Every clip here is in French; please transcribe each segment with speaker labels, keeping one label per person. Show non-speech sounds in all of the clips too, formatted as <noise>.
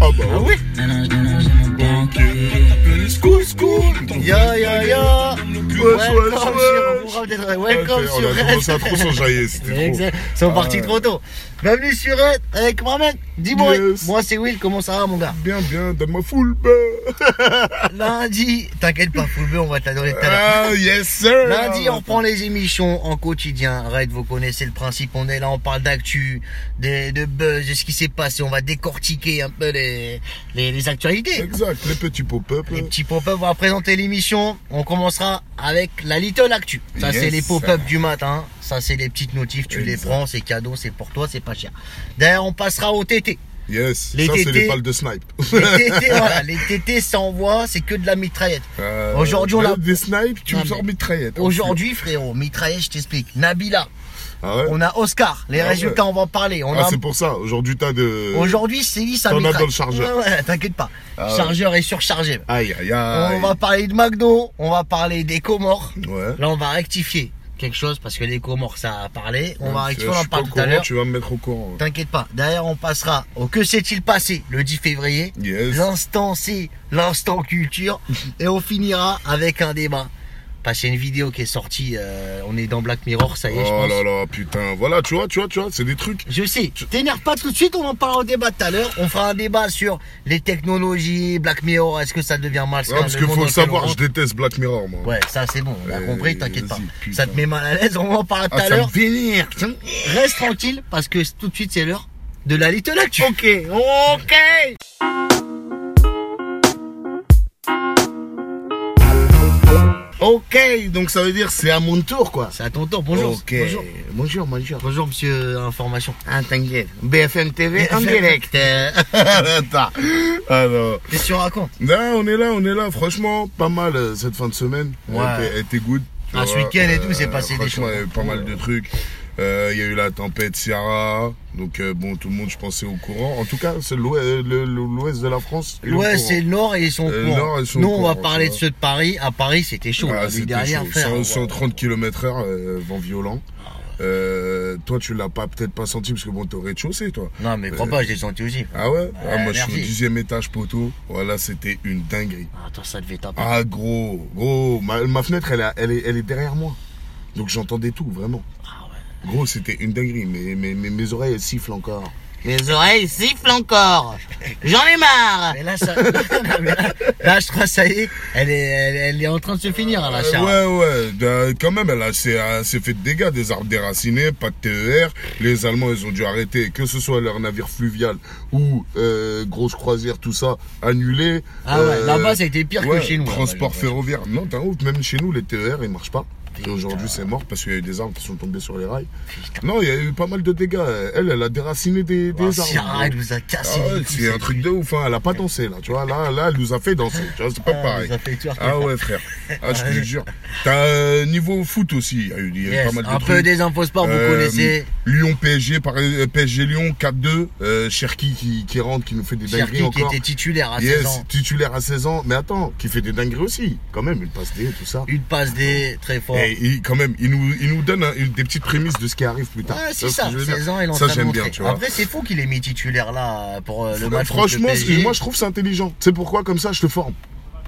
Speaker 1: Ah bah
Speaker 2: Ah ouais
Speaker 1: Mélange, mélange, mon banquet. School, school.
Speaker 2: Yo yo yo
Speaker 1: Wesh, wesh, wesh.
Speaker 2: Welcome sur Rough Dead Radio.
Speaker 1: on
Speaker 2: Welcome
Speaker 1: a
Speaker 2: sur Red.
Speaker 1: commencé à trop s'enjailler, c'était trop.
Speaker 2: Exact. Ils sont
Speaker 1: Ah
Speaker 2: partis
Speaker 1: ouais.
Speaker 2: trop tôt. Bienvenue sur Red avec Mohamed. Dis-moi,
Speaker 1: Yes.
Speaker 2: moi c'est Will, comment ça va mon gars
Speaker 1: Bien, bien, donne-moi full beurre.
Speaker 2: Lundi, t'inquiète pas, Foulbeu, on va te la donner tout à l'heure.
Speaker 1: Ah, yes, sir. Ah,
Speaker 2: Lundi, on prend les émissions en quotidien. Red, vous connaissez le principe. On est là, on parle d'actu, de, de buzz, de ce qui s'est passé. On va décortiquer un peu les, les, les actualités.
Speaker 1: Exact, les petits pop-up.
Speaker 2: Les petits pop-up vont présenter l'émission. On commencera avec la Little Actu. Ça,
Speaker 1: Yes.
Speaker 2: c'est les pop-up du matin. Ça, c'est les petites notifs. Tu les
Speaker 1: Exact.
Speaker 2: prends, c'est cadeau, c'est pour toi, c'est pas cher. D'ailleurs, on passera au TT.
Speaker 1: Yes,
Speaker 2: Les
Speaker 1: ça c'est
Speaker 2: tétés.
Speaker 1: les balles de snipe. <laughs>
Speaker 2: Les TT, voilà. Les TT s'envoient, c'est que de la mitraillette.
Speaker 1: Euh,
Speaker 2: Aujourd'hui, on
Speaker 1: balles
Speaker 2: l'a-
Speaker 1: Des snipes, tu
Speaker 2: Non,
Speaker 1: me sors hein.
Speaker 2: mais-
Speaker 1: mitraillette.
Speaker 2: Aujourd'hui, frérot, mitraillette, je t'explique. Nabila,
Speaker 1: Ah ouais
Speaker 2: On a Oscar, les
Speaker 1: Ah ouais.
Speaker 2: résultats, on va en parler. On
Speaker 1: Ah,
Speaker 2: a...
Speaker 1: c'est pour ça, aujourd'hui t'as de.
Speaker 2: Aujourd'hui, c'est lui, ça
Speaker 1: T'en as
Speaker 2: mitraille.
Speaker 1: dans le chargeur.
Speaker 2: Ouais, ouais, t'inquiète pas.
Speaker 1: Ah ouais.
Speaker 2: Chargeur est surchargé.
Speaker 1: Aïe, aïe, aïe.
Speaker 2: On va parler de McDo, on va parler des Comores.
Speaker 1: Ouais.
Speaker 2: Là, on va rectifier quelque chose parce que les Comores, ça a parlé. On
Speaker 1: Je-
Speaker 2: va
Speaker 1: je
Speaker 2: rectifier, on en
Speaker 1: suis pas
Speaker 2: parle
Speaker 1: au
Speaker 2: tout à
Speaker 1: courant,
Speaker 2: l'heure.
Speaker 1: Tu vas me mettre au courant.
Speaker 2: T'inquiète pas. D'ailleurs, on passera au Que s'est-il passé le 10 février.
Speaker 1: Yes.
Speaker 2: L'instant C, l'instant culture.
Speaker 1: <laughs>
Speaker 2: Et on finira avec un débat. Parce qu'il y a une vidéo qui est sortie. euh, on est dans Black Mirror, ça y est, je
Speaker 1: Oh
Speaker 2: pense.
Speaker 1: là là, putain. Voilà, tu vois, tu vois, tu vois, c'est des trucs.
Speaker 2: Je sais, t'énerve pas tout de suite, on en parlera au débat tout à l'heure. On fera un débat sur les technologies, Black Mirror, est-ce que ça devient mal
Speaker 1: Ouais, Ah, parce que faut le savoir, je déteste Black Mirror, moi.
Speaker 2: Ouais, ça c'est bon, on a
Speaker 1: Euh,
Speaker 2: compris, t'inquiète pas.
Speaker 1: vas-y, putain.
Speaker 2: Ça te met mal à l'aise, on en parlera tout
Speaker 1: Ah,
Speaker 2: à
Speaker 1: ça me
Speaker 2: l'heure.
Speaker 1: vénère.
Speaker 2: Reste tranquille, parce que tout de suite c'est l'heure de la Little Actu.
Speaker 1: Ok, ok. Ok, donc ça veut dire c'est à mon tour, quoi.
Speaker 2: C'est à ton tour, bonjour.
Speaker 1: Ok.
Speaker 2: Bonjour.
Speaker 1: bonjour, bonjour.
Speaker 2: Bonjour, monsieur euh, Information.
Speaker 1: Ah, t'inquiète. BFM TV en
Speaker 2: <laughs>
Speaker 1: direct.
Speaker 2: Euh,
Speaker 1: <laughs> Attends. Ah, Alors.
Speaker 2: Qu'est-ce que tu racontes
Speaker 1: Non, on est là, on est là. Franchement, pas mal euh, cette fin de semaine. Elle
Speaker 2: Ouais.
Speaker 1: était- Elle était good. tu
Speaker 2: Ah, ce
Speaker 1: vois.
Speaker 2: week-end et tout, c'est passé des
Speaker 1: franchement,
Speaker 2: choses.
Speaker 1: il y a eu pas mal de trucs. Euh, Il y a eu la tempête Ciara. Donc, euh, bon, tout le monde, je pensais au courant. En tout cas, c'est l'ouest euh, le- le- l'ouest de la France. est au
Speaker 2: Ouais,
Speaker 1: courant.
Speaker 2: c'est le Nord et ils sont au
Speaker 1: Euh, le
Speaker 2: courant.
Speaker 1: Nord, ils sont au
Speaker 2: Nous, on va
Speaker 1: courant,
Speaker 2: parler
Speaker 1: tu
Speaker 2: de
Speaker 1: vois.
Speaker 2: ceux de Paris. À Paris, c'était chaud. hein,
Speaker 1: Ah,
Speaker 2: la
Speaker 1: c'était
Speaker 2: nuit dernière, Ah
Speaker 1: chaud.
Speaker 2: frère.
Speaker 1: 100, 130 km heure, euh, vent violent. Euh, toi, tu l'as pas peut-être pas senti parce que bon, t'es au rez-de-chaussée, toi. Euh,
Speaker 2: Non, mais crois pas, je l'ai senti aussi. frère.
Speaker 1: Ah ouais, Ah,
Speaker 2: Ouais,
Speaker 1: Moi, je suis au
Speaker 2: merci.
Speaker 1: dixième étage, poteau. Voilà, c'était une dinguerie.
Speaker 2: Ah, Attends, ça devait taper.
Speaker 1: Ah gros, gros, ma, ma fenêtre elle, a- elle, est, elle est derrière moi. Donc j'entendais tout, vraiment.
Speaker 2: Ah ouais.
Speaker 1: Gros, c'était une dinguerie, mais, mais, mais mes oreilles elles sifflent encore.
Speaker 3: Mes oreilles sifflent encore. J'en ai marre.
Speaker 2: <laughs> Mais là, ça... <laughs> Non, mais là, là, je crois que ça y est, elle est, elle, elle est en train de se finir, hein, la
Speaker 1: Euh,
Speaker 2: charge.
Speaker 1: ouais, ouais, euh, quand même, elle a- c'est, euh, c'est fait de dégâts, des arbres déracinés, pas de TER. Les Allemands, ils ont dû arrêter, que ce soit leur navire fluvial ou euh, grosse croisière, tout ça, annulé.
Speaker 2: Ah ouais, là-bas, c'était pire que chez nous, hein, là-bas,
Speaker 1: Euh, Transport
Speaker 2: j'ai
Speaker 1: ferroviaire, non, t'as ouf, même chez nous, les TER, ils marchent pas. Et
Speaker 2: Putain.
Speaker 1: aujourd'hui, c'est mort parce qu'il y a eu des arbres qui sont tombés sur les rails. Non, il y a eu pas mal de dégâts. Elle, elle a déraciné des, des
Speaker 2: Ah,
Speaker 1: arbres.
Speaker 2: Ciara, elle nous a cassé.
Speaker 1: Ah ouais,
Speaker 2: les couilles,
Speaker 1: c'est un
Speaker 2: cette
Speaker 1: truc
Speaker 2: nuit.
Speaker 1: de ouf, hein. elle a pas dansé là, tu vois, là, là, elle nous a fait danser, tu vois, c'est pas
Speaker 2: Ah,
Speaker 1: pareil.
Speaker 2: elle nous a fait twerker.
Speaker 1: Ah ouais frère, ah, je te
Speaker 2: <laughs>
Speaker 1: le jure. T'as euh, niveau foot aussi, il y a eu, il y a eu
Speaker 2: Yes,
Speaker 1: pas mal de
Speaker 2: un
Speaker 1: trucs.
Speaker 2: peu des infos sport, vous
Speaker 1: Euh,
Speaker 2: connaissez.
Speaker 1: Lyon PSG, par- euh, PSG Lyon 4-2, euh, Cherki qui, qui rentre, qui nous fait des dingueries
Speaker 2: Cherki qui
Speaker 1: encore.
Speaker 2: était titulaire à 16
Speaker 1: yes,
Speaker 2: ans.
Speaker 1: titulaire à 16 ans, mais attends, qui fait des dingueries aussi, quand même, une passe D, tout ça.
Speaker 2: Une passe D, très fort.
Speaker 1: Et il- quand même, il nous, il nous donne hein, une- des petites prémices de ce qui arrive plus tard.
Speaker 2: Ah, c'est
Speaker 1: Tu vois ce
Speaker 2: ça,
Speaker 1: que je veux dire
Speaker 2: 16 ans, il est en
Speaker 1: Ça,
Speaker 2: train de
Speaker 1: j'aime bien,
Speaker 2: montrer.
Speaker 1: tu vois.
Speaker 2: Après, c'est fou qu'il ait mis titulaire là pour euh, le
Speaker 1: Bah,
Speaker 2: match. contre
Speaker 1: franchement,
Speaker 2: le PSG.
Speaker 1: moi je trouve c'est intelligent. Tu sais pourquoi Comme ça, je te forme.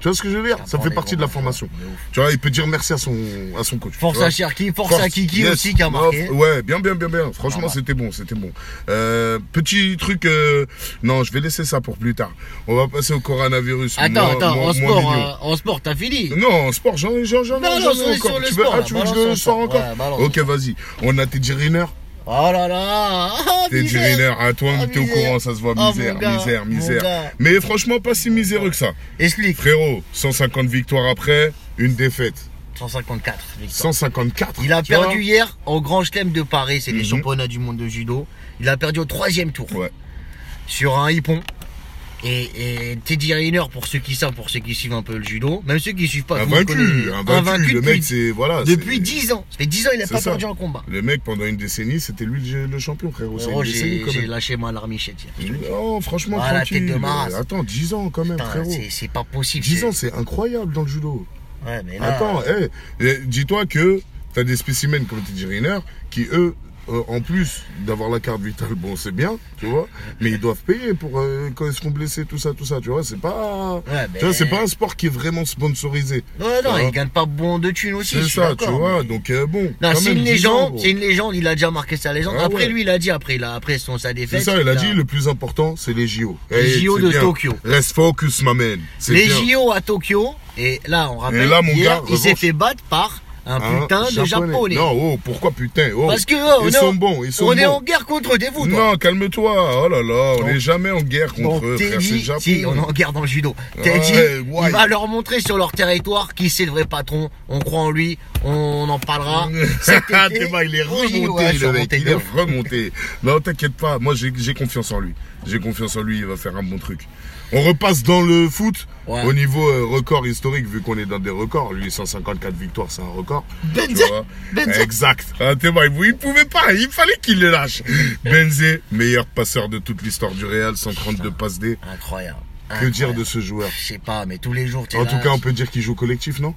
Speaker 1: Tu vois ce que je veux dire Ça
Speaker 2: Apprends
Speaker 1: fait
Speaker 2: les
Speaker 1: partie de
Speaker 2: grands
Speaker 1: la formation.
Speaker 2: de ouf.
Speaker 1: Tu vois, il peut dire merci à son, à son coach. tu
Speaker 2: bah, Force
Speaker 1: vois.
Speaker 2: à Cherki, force, à Kiki
Speaker 1: yes.
Speaker 2: aussi qui a marqué.
Speaker 1: Ah, ouais, bien, bien, bien, bien. Franchement,
Speaker 2: Normal.
Speaker 1: c'était bon, c'était bon. Euh, petit truc, euh, non, je vais laisser ça pour plus tard. On va passer au coronavirus.
Speaker 2: Attends,
Speaker 1: Moins- moins-
Speaker 2: attends, en
Speaker 1: moins
Speaker 2: sport,
Speaker 1: mignon.
Speaker 2: euh, en sport, t'as fini.
Speaker 1: Non, en sport, j'en ai, j'en j'en ai,
Speaker 2: Balance,
Speaker 1: j'en ai
Speaker 2: on est
Speaker 1: encore.
Speaker 2: sur le
Speaker 1: tu veux,
Speaker 2: sport,
Speaker 1: ah,
Speaker 2: là,
Speaker 1: tu veux que je
Speaker 2: balance
Speaker 1: le
Speaker 2: le
Speaker 1: sors
Speaker 2: sport.
Speaker 1: encore
Speaker 2: Ouais, balance.
Speaker 1: Ok, vas-y. On a Teddy Riner.
Speaker 2: Oh là là ah,
Speaker 1: T'es du
Speaker 2: misère.
Speaker 1: Riner, à toi,
Speaker 2: Ah,
Speaker 1: t'es au
Speaker 2: misère.
Speaker 1: courant, ça se voit,
Speaker 2: Ah,
Speaker 1: misère,
Speaker 2: mon gars,
Speaker 1: misère,
Speaker 2: mon gars.
Speaker 1: misère. Mais franchement, pas si miséreux que ça.
Speaker 2: Explique.
Speaker 1: Frérot, 150 victoires après, une défaite.
Speaker 2: 154. victoires.
Speaker 1: 154.
Speaker 2: Il a
Speaker 1: tu vois
Speaker 2: perdu hier au Grand Chelem de Paris, c'est les
Speaker 1: Mhm.
Speaker 2: championnats du monde de judo. Il a perdu au troisième tour
Speaker 1: Ouais.
Speaker 2: sur un hippon. Et, et Teddy Riner, pour ceux qui savent, pour ceux qui suivent un peu le judo, même ceux qui suivent pas,
Speaker 1: Un
Speaker 2: tout le monde
Speaker 1: vaincu,
Speaker 2: connaît-
Speaker 1: un vaincu. Le mec,
Speaker 2: depuis,
Speaker 1: c'est. Voilà.
Speaker 2: depuis
Speaker 1: c'est-
Speaker 2: 10 ans. Ça fait 10 ans, il a
Speaker 1: c'est
Speaker 2: pas
Speaker 1: ça.
Speaker 2: perdu un combat.
Speaker 1: Le mec, pendant une décennie, c'était lui le le champion, frérot. C'est une
Speaker 2: Frérot,
Speaker 1: décennie
Speaker 2: j'ai
Speaker 1: quand
Speaker 2: j'ai
Speaker 1: même.
Speaker 2: lâché ma larmichette hier.
Speaker 1: Non, franchement,
Speaker 2: Ah, la
Speaker 1: tranquille.
Speaker 2: tête de Maras.
Speaker 1: Euh, Attends, 10 ans quand même,
Speaker 2: Putain,
Speaker 1: frérot.
Speaker 2: c'est- C'est pas possible.
Speaker 1: 10
Speaker 2: c'est-
Speaker 1: ans, c'est incroyable dans le judo.
Speaker 2: Ouais, mais là,
Speaker 1: Attends, hey, eh, dis-toi que t'as des spécimens comme Teddy Riner qui, eux, euh, en plus d'avoir la carte vitale, bon, c'est bien, tu vois, mais ils doivent payer pour euh, quand ils seront blessés, tout ça, tout ça, tu vois, c'est pas,
Speaker 2: Ouais,
Speaker 1: tu vois, c'est
Speaker 2: ben-
Speaker 1: pas un sport qui est vraiment sponsorisé.
Speaker 2: Ouais, non,
Speaker 1: Ça
Speaker 2: il
Speaker 1: va.
Speaker 2: gagne pas bon de thunes aussi.
Speaker 1: C'est
Speaker 2: je suis
Speaker 1: ça, tu
Speaker 2: d'accord,
Speaker 1: vois,
Speaker 2: mais-
Speaker 1: donc euh, bon.
Speaker 2: Non,
Speaker 1: quand
Speaker 2: c'est
Speaker 1: même,
Speaker 2: une
Speaker 1: 10 ans,
Speaker 2: légende,
Speaker 1: gros.
Speaker 2: c'est une légende, il a déjà marqué sa légende.
Speaker 1: Ah
Speaker 2: après
Speaker 1: ouais.
Speaker 2: lui, il a dit, après, il a, après son, sa
Speaker 1: C'est
Speaker 2: défaite.
Speaker 1: ça, il a
Speaker 2: il
Speaker 1: dit le plus important, c'est les JO.
Speaker 2: Les
Speaker 1: Eh,
Speaker 2: JO
Speaker 1: c'est
Speaker 2: de
Speaker 1: bien.
Speaker 2: Tokyo.
Speaker 1: Reste focus, ma man. C'est
Speaker 2: Les
Speaker 1: bien.
Speaker 2: JO à Tokyo, et là, on rappelle,
Speaker 1: Et là, mon
Speaker 2: hier,
Speaker 1: gars,
Speaker 2: il s'est
Speaker 1: revanche.
Speaker 2: fait battre par un
Speaker 1: Hein,
Speaker 2: putain de japonais.
Speaker 1: Non, oh, pourquoi putain oh.
Speaker 2: Parce que, oh,
Speaker 1: Ils
Speaker 2: on est en-
Speaker 1: sont bons, ils sont
Speaker 2: on
Speaker 1: bons.
Speaker 2: est en guerre contre des vous, toi.
Speaker 1: Non, calme-toi. Oh là là, on
Speaker 2: Donc-
Speaker 1: n'est jamais en guerre contre
Speaker 2: Donc,
Speaker 1: eux, frère. C'est le
Speaker 2: Teddy,
Speaker 1: Japon.
Speaker 2: si, on est
Speaker 1: <laughs>
Speaker 2: en guerre dans le judo. Teddy,
Speaker 1: Ouais,
Speaker 2: il
Speaker 1: ouais.
Speaker 2: va leur montrer sur leur territoire qui c'est le vrai patron. On croit en lui, on
Speaker 1: <laughs>
Speaker 2: en parlera. Cet
Speaker 1: Ah,
Speaker 2: été,
Speaker 1: t'es mal, il est
Speaker 2: au JO, ouais,
Speaker 1: remonté,
Speaker 2: je suis
Speaker 1: le mec.
Speaker 2: remonté
Speaker 1: Il
Speaker 2: de
Speaker 1: est
Speaker 2: ouf.
Speaker 1: remonté. Non, t'inquiète pas. Moi, j'ai j'ai confiance en lui. J'ai confiance en lui. Il va faire un bon truc. On repasse dans le foot.
Speaker 2: Ouais.
Speaker 1: Au niveau euh, record historique, vu qu'on est dans des records, lui 154 victoires, c'est un record. tu
Speaker 2: Benzé,
Speaker 1: vois.
Speaker 2: Benzé.
Speaker 1: Exact. Ah, t'es mal, il pouvait pas, il fallait qu'il le lâche. Benzé, meilleur passeur de toute l'histoire du Real, 132 passes D.
Speaker 2: Incroyable.
Speaker 1: Que dire
Speaker 2: incroyable.
Speaker 1: de ce joueur
Speaker 2: Je sais pas, mais tous les jours, t'es
Speaker 1: En
Speaker 2: là,
Speaker 1: tout cas, on peut dire qu'il joue collectif, non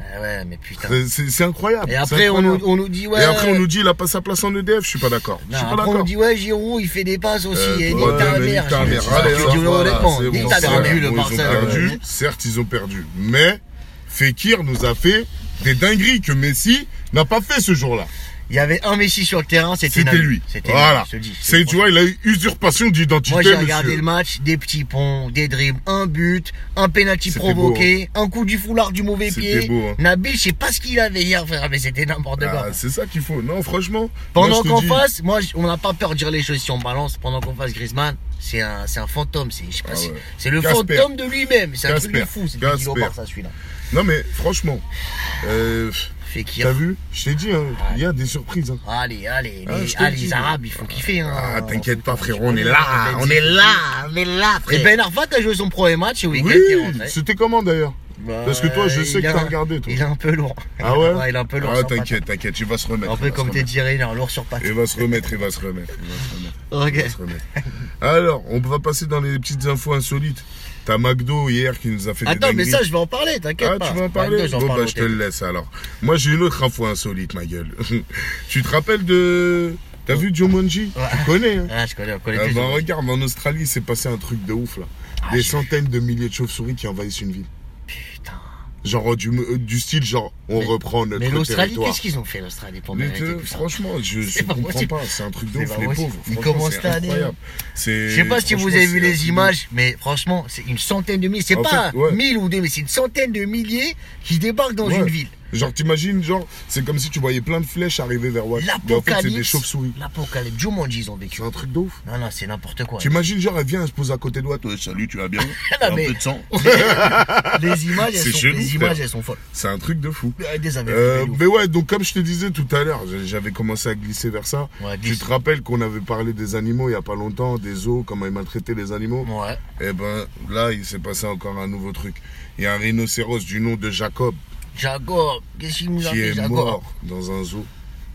Speaker 2: Ah ouais, mais putain.
Speaker 1: C'est- Euh, C'est c'est incroyable.
Speaker 2: Et
Speaker 1: c'est
Speaker 2: après, on nous,
Speaker 1: incroyable.
Speaker 2: on nous dit, ouais.
Speaker 1: Et après, on nous dit, il a pas sa place en EDF. Je suis pas d'accord. Je
Speaker 2: Non,
Speaker 1: suis pas
Speaker 2: après, on
Speaker 1: d'accord.
Speaker 2: nous dit, ouais, Giroud, il fait des passes aussi.
Speaker 1: Euh,
Speaker 2: et
Speaker 1: ouais,
Speaker 2: nique ta
Speaker 1: mais
Speaker 2: mère.
Speaker 1: nique ta
Speaker 2: Je-
Speaker 1: mère.
Speaker 2: je-
Speaker 1: Allez,
Speaker 2: je-
Speaker 1: hop,
Speaker 2: je-
Speaker 1: Ah, voilà,
Speaker 2: honnêtement,
Speaker 1: c'est
Speaker 2: nique
Speaker 1: bon,
Speaker 2: ta
Speaker 1: c'est
Speaker 2: mère,
Speaker 1: bon,
Speaker 2: vu le
Speaker 1: ils ont
Speaker 2: Barça,
Speaker 1: perdu.
Speaker 2: euh,
Speaker 1: Certes, ils ont perdu. Mais Fekir nous a fait des dingueries que Messi n'a pas fait ce jour-là.
Speaker 2: Il y avait un Messi sur le terrain, c'était
Speaker 1: C'était
Speaker 2: Nani.
Speaker 1: lui.
Speaker 2: C'était lui,
Speaker 1: Voilà.
Speaker 2: je te dis.
Speaker 1: C'est, tu vois, il a eu usurpation d'identité.
Speaker 2: Moi, j'ai
Speaker 1: monsieur.
Speaker 2: regardé le match, des petits ponts, des dribbles, un but, un pénalty
Speaker 1: C'était hein.
Speaker 2: provoqué, un coup du foulard du mauvais
Speaker 1: C'était
Speaker 2: pied.
Speaker 1: beau, hein.
Speaker 2: Nabil, je sais pas ce qu'il avait hier, frère, mais c'était n'importe quoi.
Speaker 1: Ah, c'est ça qu'il faut. Non, franchement.
Speaker 2: Pendant
Speaker 1: moi, je te
Speaker 2: qu'on
Speaker 1: dis-
Speaker 2: fasse, moi, j- on n'a pas peur de dire les choses si on balance. Pendant qu'on fasse Griezmann, c'est un, c'est un fantôme. C'est, je sais pas,
Speaker 1: Ah
Speaker 2: si-
Speaker 1: ouais.
Speaker 2: c'est le
Speaker 1: Casper.
Speaker 2: fantôme de lui-même. C'est un truc de
Speaker 1: Casper.
Speaker 2: fou. C'est
Speaker 1: Casper.
Speaker 2: au Barça, celui-là.
Speaker 1: Non, mais franchement. euh,
Speaker 2: Fekir.
Speaker 1: T'as vu Je t'ai dit, hein, il y a des surprises. hein.
Speaker 2: Allez, allez,
Speaker 1: Ah,
Speaker 2: les,
Speaker 1: je te
Speaker 2: ah,
Speaker 1: le
Speaker 2: les
Speaker 1: dis.
Speaker 2: Arabes, ils font kiffer. Hein.
Speaker 1: Ah, t'inquiète pas, frérot, on
Speaker 2: on
Speaker 1: est
Speaker 2: est
Speaker 1: là,
Speaker 2: là,
Speaker 1: on est là, on est là,
Speaker 2: Et
Speaker 4: Eh
Speaker 1: frère.
Speaker 2: Ben Arfa a joué son premier match au week-end.
Speaker 1: Oui,
Speaker 2: il est rentré.
Speaker 1: c'était comment d'ailleurs Parce que toi, je
Speaker 2: Bah,
Speaker 1: sais que
Speaker 2: il a-
Speaker 1: t'as regardé, toi.
Speaker 2: Il est un peu lourd.
Speaker 1: Ah ouais
Speaker 2: Il est un peu lourd.
Speaker 1: Ah,
Speaker 2: sur
Speaker 1: t'inquiète, t'inquiète, il va se
Speaker 2: patte.
Speaker 1: remettre.
Speaker 2: Un peu
Speaker 1: il va
Speaker 2: comme
Speaker 1: se
Speaker 2: t'es
Speaker 1: remettre.
Speaker 2: dit, il est un lourd sur patte.
Speaker 1: Il va se remettre, il va se remettre. Il va se remettre.
Speaker 2: Ok.
Speaker 1: il va se
Speaker 2: <laughs>
Speaker 1: remettre. Alors, on va passer dans les petites infos insolites. T'as McDo hier qui nous a fait
Speaker 2: Attends,
Speaker 1: des
Speaker 2: mais
Speaker 1: dingueries.
Speaker 2: ça, je vais en parler, t'inquiète
Speaker 1: Ah,
Speaker 2: pas.
Speaker 1: tu vas en
Speaker 2: Bah,
Speaker 1: parler
Speaker 2: j'en
Speaker 1: Bon,
Speaker 2: parle
Speaker 1: bah,
Speaker 2: au
Speaker 1: je te
Speaker 2: thé.
Speaker 1: le laisse alors. Moi, j'ai une autre info insolite, ma gueule. <laughs> tu te rappelles de. T'as vu Jumanji
Speaker 2: Ouais.
Speaker 1: Tu connais, hein
Speaker 2: Ah, je connais, on connaît
Speaker 1: Ah,
Speaker 2: plus.
Speaker 1: bah, regarde, en Australie, il s'est passé un truc de ouf, là.
Speaker 2: Ah,
Speaker 1: des
Speaker 2: j'ai-
Speaker 1: centaines de milliers de chauves-souris qui envahissent une ville.
Speaker 2: Putain.
Speaker 1: Genre du, euh, du style, genre, on
Speaker 2: Mais-
Speaker 1: reprend notre
Speaker 2: Mais l'Australie,
Speaker 1: territoire.
Speaker 2: qu'est-ce qu'ils ont fait, l'Australie, pour
Speaker 1: Mais
Speaker 2: mériter
Speaker 1: que,
Speaker 2: tout ça
Speaker 1: franchement, je, je
Speaker 2: pas
Speaker 1: comprends
Speaker 2: possible.
Speaker 1: pas. C'est un truc de
Speaker 2: C'est
Speaker 1: ouf,
Speaker 2: pas
Speaker 1: les
Speaker 2: possible.
Speaker 1: pauvres.
Speaker 2: Ils
Speaker 1: Franchement,
Speaker 2: commencent
Speaker 1: c'est
Speaker 2: cette année.
Speaker 1: incroyable. C'est-
Speaker 2: Je sais pas si vous
Speaker 1: franchement,
Speaker 2: avez vu
Speaker 1: c'est un truc
Speaker 2: les
Speaker 1: de
Speaker 2: images, mais franchement, c'est une centaine de milliers. C'est
Speaker 1: En
Speaker 2: pas
Speaker 1: fait, ouais.
Speaker 2: mille ou deux, mais c'est une centaine de milliers qui débarquent dans
Speaker 1: Ouais.
Speaker 2: une ville.
Speaker 1: ouf. Genre, t'imagines, genre, c'est comme si tu voyais plein de flèches arriver vers Watt. Mais en fait, c'est
Speaker 2: L'apocalypse.
Speaker 1: des chauves-souris.
Speaker 2: L'apocalypse. Jumanji, ils ont vécu.
Speaker 1: C'est un truc de ouf.
Speaker 2: Non, non, c'est n'importe quoi.
Speaker 1: T'imagines, genre, elle vient, elle se pose à côté de toi. Ouais, Salut, tu vas bien
Speaker 2: Non,
Speaker 1: Un
Speaker 2: mais-
Speaker 1: peu de sang.
Speaker 2: <laughs> Les images, elles
Speaker 1: C'est
Speaker 2: sont,
Speaker 1: chelou,
Speaker 2: les
Speaker 1: frère.
Speaker 2: images, elles sont folles.
Speaker 1: C'est un truc de fou.
Speaker 2: Euh, Désolé.
Speaker 1: Euh, mais ouais, donc comme je te disais tout à l'heure, j- j'avais commencé à glisser vers ça.
Speaker 2: Ouais,
Speaker 1: tu
Speaker 2: glisse.
Speaker 1: te rappelles qu'on avait parlé des animaux il y a pas longtemps, des zoos, comment ils maltraitaient les animaux
Speaker 2: Ouais.
Speaker 1: Eh ben là, il s'est passé encore un nouveau truc. Il y a un rhinocéros du nom de Jacob
Speaker 2: Jaguar, qu'est-ce qu'il nous a
Speaker 1: qui
Speaker 2: fait,
Speaker 1: est
Speaker 2: Jaguar
Speaker 1: mort dans un zoo,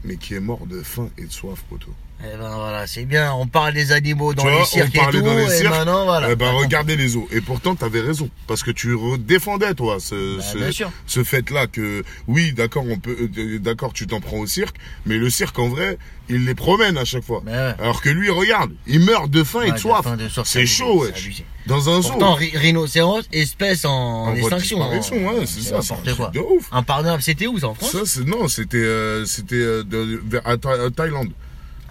Speaker 1: mais qui est mort de faim et de soif, poteau.
Speaker 2: Eh ben voilà, c'est bien. On parle des animaux dans
Speaker 1: Tu
Speaker 2: les
Speaker 1: vois, on
Speaker 2: cirques et
Speaker 1: parlait
Speaker 2: tout.
Speaker 1: dans les
Speaker 2: et
Speaker 1: cirques.
Speaker 2: maintenant, voilà.
Speaker 1: eh ben
Speaker 2: Maintenant,
Speaker 1: regardez les zoos. Et pourtant, t'avais raison, parce que tu re- défendais toi ce,
Speaker 2: Bah,
Speaker 1: ce-
Speaker 2: bien sûr.
Speaker 1: ce fait-là que oui, d'accord, on peut, euh, d'accord, tu t'en prends au cirque, mais le cirque en vrai, il les promène à chaque fois.
Speaker 2: Mais Bah ouais.
Speaker 1: Alors que lui, regarde, il meurt de faim
Speaker 2: Ouais,
Speaker 1: et de
Speaker 2: de
Speaker 1: soif.
Speaker 2: faim, de soif, c'est
Speaker 1: C'est chaud,
Speaker 2: abusé, c'est
Speaker 1: wesh.
Speaker 2: abusé.
Speaker 1: Dans un zoo.
Speaker 2: Pourtant, ri- rhinocéros, espèce en,
Speaker 1: En voie de
Speaker 2: extinction.
Speaker 1: disparition,
Speaker 2: hein.
Speaker 1: ouais, c'est ça, c'est un
Speaker 2: N'importe
Speaker 1: truc
Speaker 2: quoi.
Speaker 1: de ouf.
Speaker 2: Impardonnable, c'était où ça en France
Speaker 1: Ça, c'est non, c'était euh, c'était euh, de- vers- à, Tha- à Thaïlande.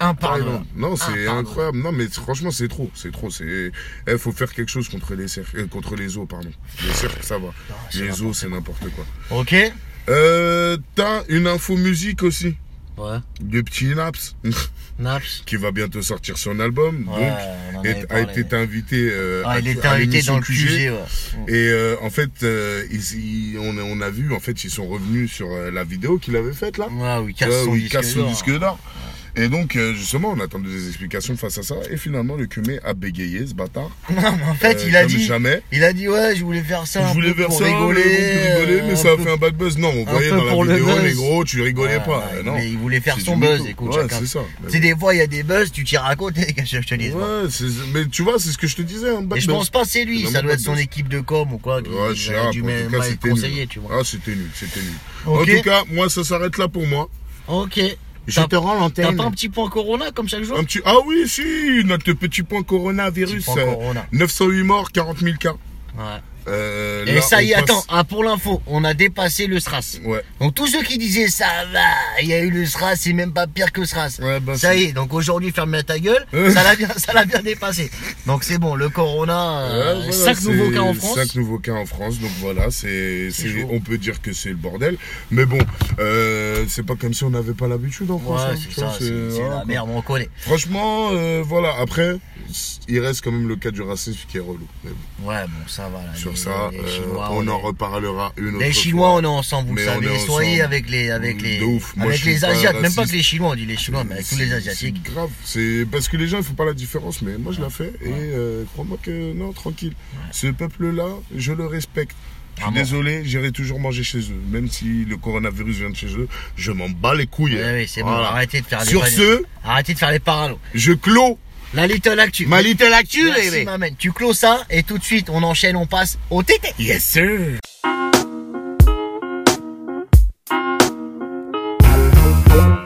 Speaker 2: Impardonnable.
Speaker 1: Thaïlande. Ah Non, c'est
Speaker 2: Impardonnable.
Speaker 1: incroyable. Non, mais franchement, c'est trop, c'est trop. C'est, eh, faut faire quelque chose contre les cerfs, euh, contre les eaux, pardon. Les cerfs, ça va.
Speaker 2: c'est
Speaker 1: les eaux, c'est n'importe quoi.
Speaker 2: Ok.
Speaker 1: Euh, t'as une info musique aussi
Speaker 2: Ouais.
Speaker 1: du petit Naps <laughs>
Speaker 2: Naps.
Speaker 1: qui va bientôt sortir son album.
Speaker 2: Ouais, on en
Speaker 1: donc,
Speaker 2: avait
Speaker 1: est- a
Speaker 2: parlé.
Speaker 1: été invité. euh,
Speaker 2: Ah,
Speaker 1: à-
Speaker 2: il était
Speaker 1: à
Speaker 2: invité
Speaker 1: l'émission
Speaker 2: dans le QG, ouais.
Speaker 1: et euh, en fait, euh, ils- ils- on, a- on a vu, en fait, ils sont revenus sur euh, la vidéo qu'il avait faite là.
Speaker 2: Ouais, Ah oui,
Speaker 1: Tu
Speaker 2: casse
Speaker 1: vois,
Speaker 2: son
Speaker 1: où il
Speaker 2: disque.
Speaker 1: casse son
Speaker 2: d'or.
Speaker 1: disque d'or. Et donc, euh, justement, on attendait des explications face à ça. Et finalement, le cumé a bégayé, ce bâtard.
Speaker 2: Non, mais en fait,
Speaker 1: Euh,
Speaker 2: il a
Speaker 1: comme
Speaker 2: dit.
Speaker 1: jamais.
Speaker 2: Il a dit, ouais, je voulais faire ça. un
Speaker 1: je voulais
Speaker 2: peu
Speaker 1: faire
Speaker 2: pour
Speaker 1: ça,
Speaker 2: rigoler.
Speaker 1: mais, bon, tu rigolais, mais
Speaker 2: euh,
Speaker 1: ça
Speaker 2: un
Speaker 1: a
Speaker 2: peu
Speaker 1: fait un bad buzz. Non, on voyait
Speaker 2: peu
Speaker 1: dans
Speaker 2: pour
Speaker 1: la
Speaker 2: le
Speaker 1: vidéo,
Speaker 2: buzz.
Speaker 1: les gros, tu rigolais
Speaker 2: Ouais,
Speaker 1: pas. Eh euh,
Speaker 2: ouais,
Speaker 1: non.
Speaker 2: Mais il voulait faire
Speaker 1: C'est
Speaker 2: son
Speaker 1: du
Speaker 2: buzz,
Speaker 1: mytho.
Speaker 2: écoute.
Speaker 1: Ouais,
Speaker 2: chacun.
Speaker 1: c'est ça. bah
Speaker 2: Tu sais, des fois, il y a des buzz, tu tires à côté, <laughs> que je je te dis. bon.
Speaker 1: Ouais, c'est- mais tu vois, c'est ce que je te disais, un bad
Speaker 2: Et je
Speaker 1: buzz.
Speaker 2: pense pas que c'est lui,
Speaker 1: C'est
Speaker 2: ça
Speaker 1: vraiment
Speaker 2: doit
Speaker 1: pas
Speaker 2: être son
Speaker 1: buzz.
Speaker 2: équipe de com ou quoi. Qui
Speaker 1: Ouais, je sais
Speaker 2: qui
Speaker 1: pas,
Speaker 2: a dû
Speaker 1: en tout
Speaker 2: même
Speaker 1: cas,
Speaker 2: pas être
Speaker 1: c'était
Speaker 2: conseillé,
Speaker 1: nul.
Speaker 2: tu vois.
Speaker 1: Ah, c'était nul, c'était nul.
Speaker 2: Ok.
Speaker 1: Ah. En tout cas, moi, ça s'arrête là pour moi.
Speaker 2: Ok.
Speaker 4: Je
Speaker 2: T'as-
Speaker 4: te rends
Speaker 2: T'as
Speaker 4: l'antenne.
Speaker 2: pas un petit point Corona comme chaque jour
Speaker 1: Un petit... Ah oui, si, notre petit point coronavirus.
Speaker 2: Petit point
Speaker 1: euh,
Speaker 2: corona.
Speaker 1: 908 morts, 40 000 cas.
Speaker 2: Ouais.
Speaker 1: Euh,
Speaker 2: Et
Speaker 1: là,
Speaker 2: ça y est,
Speaker 1: on passe-
Speaker 2: attends, ah, pour l'info, on a dépassé le SRAS.
Speaker 1: Ouais.
Speaker 2: Donc tous ceux qui disaient ça va, il y a eu le SRAS, c'est même pas pire que SRAS.
Speaker 1: Ouais, bah,
Speaker 2: ça
Speaker 1: c'est-
Speaker 2: y est, donc aujourd'hui ferme bien ta gueule,
Speaker 1: Euh.
Speaker 2: ça l'a bien, ça l'a bien dépassé. Donc c'est bon, le Corona, euh,
Speaker 1: Ouais, voilà,
Speaker 2: cinq
Speaker 1: c'est
Speaker 2: nouveaux cas en France.
Speaker 1: cinq nouveaux cas en France, donc voilà, c'est, c'est-
Speaker 2: chaud.
Speaker 1: on peut dire que c'est le bordel. Mais bon, euh, c'est pas comme si on n'avait pas l'habitude en France.
Speaker 2: Ouais,
Speaker 1: hein,
Speaker 2: c'est
Speaker 1: tu vois,
Speaker 2: ça, c'est c'est
Speaker 1: voilà,
Speaker 2: la
Speaker 1: quoi.
Speaker 2: merde, on connaît.
Speaker 1: Franchement, euh, voilà, après, il reste quand même le cas du racisme qui est relou. Mais bon,
Speaker 2: Ouais, bon, ça va. là,
Speaker 1: sur
Speaker 2: les-
Speaker 1: ça,
Speaker 2: les
Speaker 1: euh,
Speaker 2: Chinois,
Speaker 1: on en
Speaker 2: est-
Speaker 1: reparlera une autre
Speaker 2: Les Chinois,
Speaker 1: fois.
Speaker 2: on est ensemble, vous
Speaker 1: Mais
Speaker 2: le
Speaker 1: on
Speaker 2: savez.
Speaker 1: est
Speaker 2: Soyez
Speaker 1: ensemble.
Speaker 2: avec les, avec les,
Speaker 1: De ouf. Moi,
Speaker 2: avec
Speaker 1: je suis
Speaker 2: les
Speaker 1: pas
Speaker 2: Asiates. Même pas
Speaker 1: raciste.
Speaker 2: que les Chinois, on dit les Chinois, mais avec tous les
Speaker 1: C'est-
Speaker 2: Asiatiques.
Speaker 1: C'est grave. C'est parce que les gens ne font pas la différence, mais moi je la fais. Et euh, crois-moi que non, tranquille. Ce peuple-là, je le respecte. Je suis
Speaker 2: Vraiment.
Speaker 1: désolé, j'irai toujours manger chez eux. Même si le coronavirus vient de chez eux, je m'en bats les couilles.
Speaker 2: Ouais,
Speaker 1: hein.
Speaker 2: ouais, c'est bon.
Speaker 1: Voilà.
Speaker 2: Arrêtez de faire les
Speaker 1: Sur
Speaker 2: panos.
Speaker 1: ce,
Speaker 2: Arrêtez de faire les paranos.
Speaker 1: je clôt
Speaker 2: La Little Actu.
Speaker 1: ma
Speaker 3: Malite l'actu,
Speaker 2: Merci,
Speaker 3: les mecs.
Speaker 2: m'amène. Tu clôt ça et tout de suite, on enchaîne, on passe au TT.
Speaker 1: Yes, sir.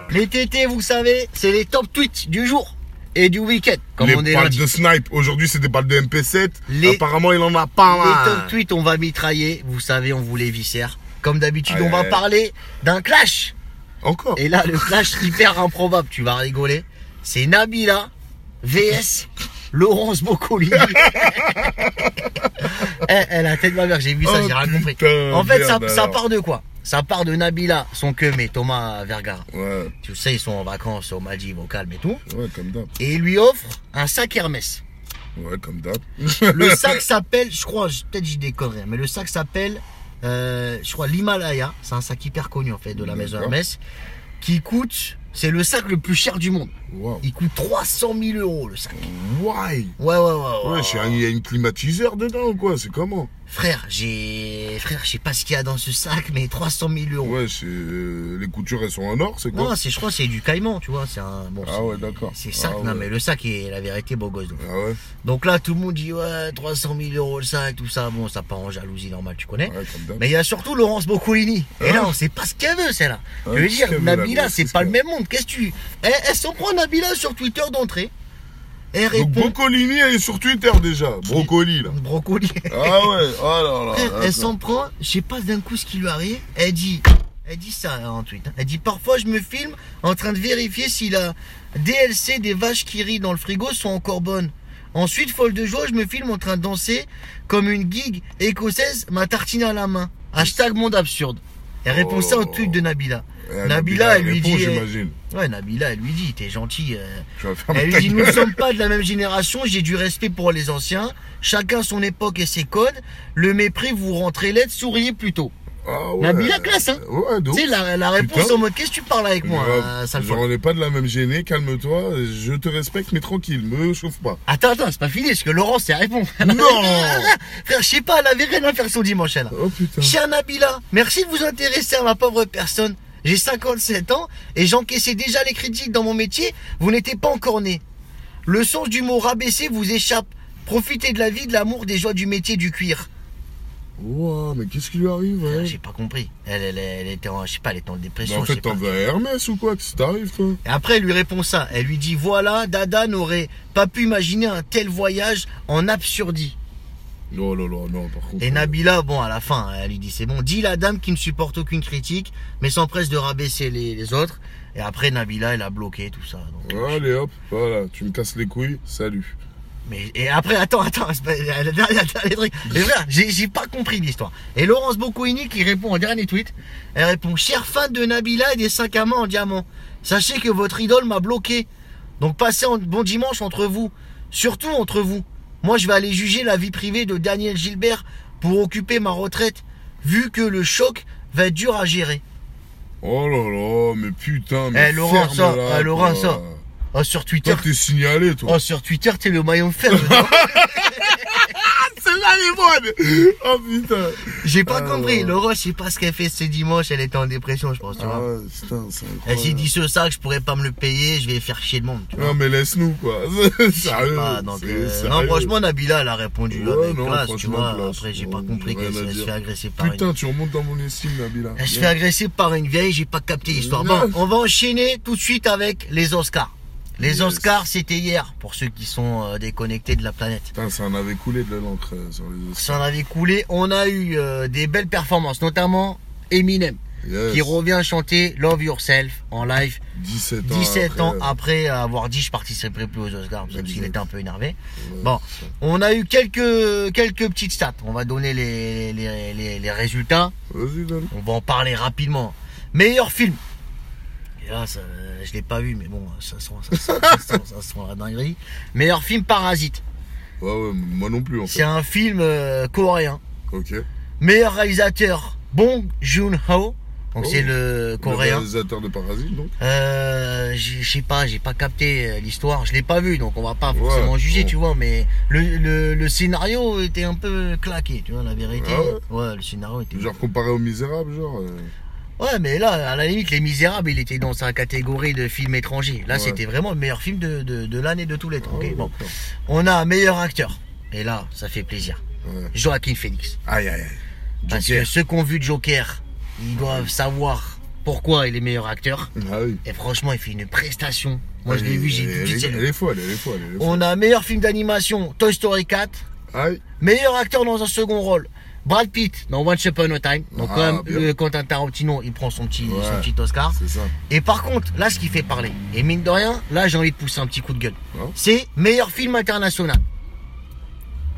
Speaker 2: Les TT, vous savez, c'est les top tweets du jour et du week-end. Comme
Speaker 1: les
Speaker 2: on est
Speaker 1: balles
Speaker 2: lundi.
Speaker 1: de snipe. Aujourd'hui, c'est des balles de MP7.
Speaker 2: Les-
Speaker 1: Apparemment, il en a pas
Speaker 2: Les
Speaker 1: mal.
Speaker 2: top tweets, on va mitrailler. Vous savez, on vous les viscère. Comme d'habitude,
Speaker 1: Aïe,
Speaker 2: on va
Speaker 1: aïe.
Speaker 2: parler d'un clash.
Speaker 1: Encore.
Speaker 2: Et là, le clash <laughs> hyper improbable, tu vas rigoler. C'est Nabila VS Laurence
Speaker 1: <laughs>
Speaker 2: Boccolini. elle, la tête de ma mère, j'ai vu ça,
Speaker 1: Oh,
Speaker 2: j'ai rien compris.
Speaker 1: putain,
Speaker 2: En fait, ça,
Speaker 1: merde,
Speaker 2: ça
Speaker 1: alors.
Speaker 2: part de quoi Ça part de Nabila, son cum et Thomas Vergara.
Speaker 1: Ouais,
Speaker 2: Tu sais, ils sont en vacances aux Maldives, au calme et tout.
Speaker 1: ouais, comme d'hab.
Speaker 2: Et il lui offre un sac Hermès.
Speaker 1: Ouais, comme
Speaker 2: <laughs>
Speaker 1: d'hab. <laughs>
Speaker 2: Le sac s'appelle, je crois, je- peut-être j'y déconnerai, hein, mais le sac s'appelle, euh, je crois, l'Himalaya. C'est un sac hyper connu en fait de la maison
Speaker 1: D'accord.
Speaker 2: Hermès. Qui coûte, c'est le sac le plus cher du monde.
Speaker 1: Wow.
Speaker 2: Il coûte 300 000 euros le sac.
Speaker 1: Why?
Speaker 2: Ouais, ouais, ouais. ouais.
Speaker 1: Ouais, c'est un- il y a une climatiseur dedans ou quoi C'est comment
Speaker 2: Frère, j'ai. Frère, je sais pas ce qu'il y a dans ce sac, mais 300 000 euros.
Speaker 1: Ouais, c'est euh, les coutures elles sont en or, c'est
Speaker 2: Non,
Speaker 1: quoi
Speaker 2: c'est, je crois que c'est du caïman, tu vois. C'est un. Bon,
Speaker 1: Ah
Speaker 2: c'est-
Speaker 1: ouais, d'accord.
Speaker 2: C'est sac,
Speaker 1: Ah
Speaker 2: non,
Speaker 1: ouais.
Speaker 2: mais le sac est la vérité, beau gosse. donc.
Speaker 1: Ah ouais,
Speaker 2: Donc là, tout le monde dit ouais, 300 000 euros le sac, tout ça. Bon, ça part en jalousie normale, tu connais.
Speaker 1: ouais, comme d'hab.
Speaker 2: Mais il y a surtout Laurence Boccolini. Et
Speaker 1: Hein
Speaker 2: là, on sait pas ce qu'elle veut, celle-là.
Speaker 1: Hein,
Speaker 2: Je veux
Speaker 1: qu'est-ce
Speaker 2: dire,
Speaker 1: qu'elle veut, la
Speaker 2: Nabila,
Speaker 1: grosse,
Speaker 2: c'est
Speaker 1: qu'est-ce
Speaker 2: pas le
Speaker 1: qu'elle
Speaker 2: même monde. Qu'est-ce que tu. Elle, elle s'en prend Nabila sur Twitter d'entrée. Elle
Speaker 1: Donc
Speaker 2: répond.
Speaker 1: Brocolini elle est sur Twitter déjà, Brocoli là.
Speaker 2: Brocoli.
Speaker 1: Ah ouais, oh là là.
Speaker 2: Frère,
Speaker 1: d'accord.
Speaker 2: elle s'en prend, je sais pas d'un coup ce qui lui arrive. Elle dit, elle dit ça en tweet. hein. Elle dit parfois je me filme en train de vérifier si la DLC des vaches qui rient dans le frigo sont encore bonnes. Ensuite, folle de joie, je me filme en train de danser comme une gig écossaise, ma tartine à la main. Hashtag monde absurde. Elle répond ça au tweet de Nabila.
Speaker 1: Eh,
Speaker 2: Nabila, elle lui
Speaker 1: répond,
Speaker 2: dit. euh,
Speaker 1: J'imagine.
Speaker 2: Ouais, Nabila, elle lui dit, t'es gentil. euh,
Speaker 1: Tu vas faire
Speaker 2: elle
Speaker 1: ta
Speaker 2: lui dit Nous
Speaker 1: gueule.
Speaker 2: ne sommes pas de la même génération, j'ai du respect pour les anciens. Chacun son époque et ses codes. Le mépris, vous rentrez l'aide, souriez plutôt.
Speaker 1: Ah
Speaker 2: Nabila classe, hein.
Speaker 1: Ouais, de
Speaker 2: Tu
Speaker 1: ouf.
Speaker 2: sais, la, la réponse
Speaker 1: Putain.
Speaker 2: en mode Qu'est-ce que tu parles avec moi
Speaker 1: Grave.
Speaker 2: euh, sale
Speaker 1: Genre,
Speaker 2: folle
Speaker 1: on n'est pas de la même gênée, calme-toi, je te respecte, mais tranquille, me chauffe pas.
Speaker 2: Attends, attends, c'est pas fini, parce que Laurence, elle répond.
Speaker 1: Non
Speaker 2: <laughs> Frère, je sais pas, elle avait rien à faire son dimanche, elle.
Speaker 1: Oh putain.
Speaker 2: Cher Nabila, merci de vous intéresser à ma pauvre personne. J'ai 57 ans et j'encaissais déjà les critiques dans mon métier. Vous n'étiez pas encore né. Le sens du mot rabaisser vous échappe. Profitez de la vie, de l'amour, des joies du métier du cuir.
Speaker 1: Ouah, mais qu'est-ce qui lui arrive
Speaker 2: Euh,
Speaker 1: hein
Speaker 2: J'ai pas compris. Elle, elle, elle était en, je sais pas, elle était en
Speaker 1: Bah,
Speaker 2: dépression.
Speaker 1: En
Speaker 2: je
Speaker 1: fait,
Speaker 2: sais pas.
Speaker 1: t'en veux à Hermès ou quoi Qu'est-ce qui t'arrive, toi
Speaker 2: Et après, elle lui répond ça. Elle lui dit voilà, Dada n'aurait pas pu imaginer un tel voyage en absurdie.
Speaker 1: Oh là là, non, par contre.
Speaker 2: Et
Speaker 1: euh,
Speaker 2: Nabila, bon, à la fin, elle lui dit c'est bon. Dis la dame qui ne supporte aucune critique, mais s'empresse de rabaisser les, les autres. Et après, Nabila, elle a bloqué tout ça. donc.
Speaker 1: Allez hop, voilà, tu me casses les couilles, salut.
Speaker 2: Mais et après, attends, attends, c'est pas- la dernière- dernier truc. Mais frère, j'ai j'ai pas compris l'histoire. Et Laurence Boccoini qui répond en dernier tweet, elle répond Cher fan de Nabila et des 5 amants en diamant, sachez que votre idole m'a bloqué. Donc passez un bon dimanche entre vous, surtout entre vous. Moi, je vais aller juger la vie privée de Daniel Gilbert pour occuper ma retraite, vu que le choc va être dur à gérer.
Speaker 1: Oh là là, mais putain, mais.
Speaker 2: Eh, Laurent,
Speaker 1: ferme
Speaker 2: ça,
Speaker 1: là,
Speaker 2: eh, Laurent,
Speaker 1: quoi.
Speaker 2: ça. Oh, sur Twitter,
Speaker 1: Toi, t'es signalé, toi. <laughs>
Speaker 2: oh, sur Twitter, t'es le maillon faible.
Speaker 1: c'est là les bonnes Oh putain
Speaker 2: J'ai pas
Speaker 1: Ah,
Speaker 2: compris.
Speaker 1: ouais.
Speaker 2: Laura, je sais pas ce qu'elle fait ce dimanche. Elle était en dépression, je pense. Tu
Speaker 1: Ah
Speaker 2: vois. Eh,
Speaker 1: ouais, putain, c'est
Speaker 2: Elle
Speaker 1: incroyable.
Speaker 2: s'est dit ce sac, je pourrais pas me le payer. Je vais faire chier le monde. Tu vois.
Speaker 1: Non, mais laisse-nous, quoi. <laughs> sérieux.
Speaker 2: Bah, donc,
Speaker 1: c'est
Speaker 2: euh, non,
Speaker 1: sérieux.
Speaker 2: franchement, Nabila, elle a répondu
Speaker 1: Ouais,
Speaker 2: avec
Speaker 1: non,
Speaker 2: classe, tu
Speaker 1: franchement,
Speaker 2: vois.
Speaker 1: classe.
Speaker 2: Après, j'ai
Speaker 1: Ouais,
Speaker 2: pas compris
Speaker 1: rien
Speaker 2: qu'elle
Speaker 1: à
Speaker 2: se- elle se
Speaker 1: dire.
Speaker 2: fait agresser par une Eh,
Speaker 1: Putain, tu remontes dans mon estime, Nabila.
Speaker 2: Elle se fait agresser par une vieille, j'ai pas capté l'histoire. Bon, on va enchaîner tout de suite avec les Oscars. Les
Speaker 1: Yes.
Speaker 2: Oscars, c'était hier, pour ceux qui sont euh, déconnectés de la planète.
Speaker 1: Putain, ça en avait coulé de l'encre euh, sur les os.
Speaker 2: Ça en avait coulé, on a eu euh, des belles performances, notamment Eminem,
Speaker 1: Yes.
Speaker 2: qui revient chanter Love Yourself en live,
Speaker 1: 17 ans.
Speaker 2: 17
Speaker 1: après. euh,
Speaker 2: ans après avoir dit je participerai plus aux Oscars, parce qu'il
Speaker 1: Exact.
Speaker 2: était un peu énervé.
Speaker 1: Ouais.
Speaker 2: Bon, on a eu quelques, quelques petites stats, on va donner les, les, les, les résultats.
Speaker 1: Vas-y, donne.
Speaker 2: On va en parler rapidement. Meilleur film. Et là, ça, je l'ai pas vu, mais bon, ça sent, ça sent, ça sent- ça sent la dinguerie. Meilleur film Parasite.
Speaker 1: Ouais, ouais, moi non plus, en
Speaker 2: C'est
Speaker 1: fait.
Speaker 2: un film euh, coréen.
Speaker 1: Ok.
Speaker 2: Meilleur réalisateur Bong Joon-ho. Donc
Speaker 1: Oh.
Speaker 2: c'est le
Speaker 1: Le
Speaker 2: coréen.
Speaker 1: réalisateur de Parasite, donc.
Speaker 2: Euh, je je sais pas, j'ai pas capté euh, l'histoire, je l'ai pas vu, donc on va pas
Speaker 1: Ouais,
Speaker 2: forcément juger,
Speaker 1: bon.
Speaker 2: tu vois. Mais le, le, le scénario était un peu claqué, tu vois la vérité.
Speaker 1: Ah
Speaker 2: ouais, le scénario était.
Speaker 1: Genre comparé aux Misérables, genre. euh,
Speaker 2: Ouais, mais là, à la limite, Les Misérables, il était dans sa catégorie de film étranger. Là,
Speaker 1: Ouais.
Speaker 2: c'était vraiment le meilleur film de, de, de l'année de tous les temps.
Speaker 1: ah
Speaker 2: ok,
Speaker 1: ouais,
Speaker 2: bon.
Speaker 1: d'accord.
Speaker 2: On a un meilleur acteur. Et là, ça fait plaisir.
Speaker 1: Ouais.
Speaker 2: Joaquin Phoenix.
Speaker 1: Aïe, aïe, aïe.
Speaker 2: Parce que
Speaker 1: Joker.
Speaker 2: ceux qui ont vu Joker, ils doivent savoir pourquoi il est meilleur acteur.
Speaker 1: Ah oui.
Speaker 2: Et franchement, il fait une prestation. Moi, je l'ai
Speaker 1: Elle-
Speaker 2: vu, j'ai
Speaker 1: elle-
Speaker 2: dit,
Speaker 1: Elle
Speaker 2: putain,
Speaker 1: est- elle est folle, elle est folle. elle est folle.
Speaker 2: On a meilleur film d'animation, Toy Story 4.
Speaker 1: Aïe.
Speaker 2: Meilleur acteur dans un second rôle. Brad Pitt dans Once Upon a Time. Donc
Speaker 1: Ah,
Speaker 2: quand même,
Speaker 1: bien.
Speaker 2: euh, Quentin Tarantino, il prend son petit, son
Speaker 1: Ouais.
Speaker 2: petit Oscar.
Speaker 1: Ah C'est ça.
Speaker 2: Et par contre, là, ce qui fait parler, et mine de rien, là, j'ai envie de pousser un petit coup de gueule.
Speaker 1: Ouais.
Speaker 2: C'est meilleur film international.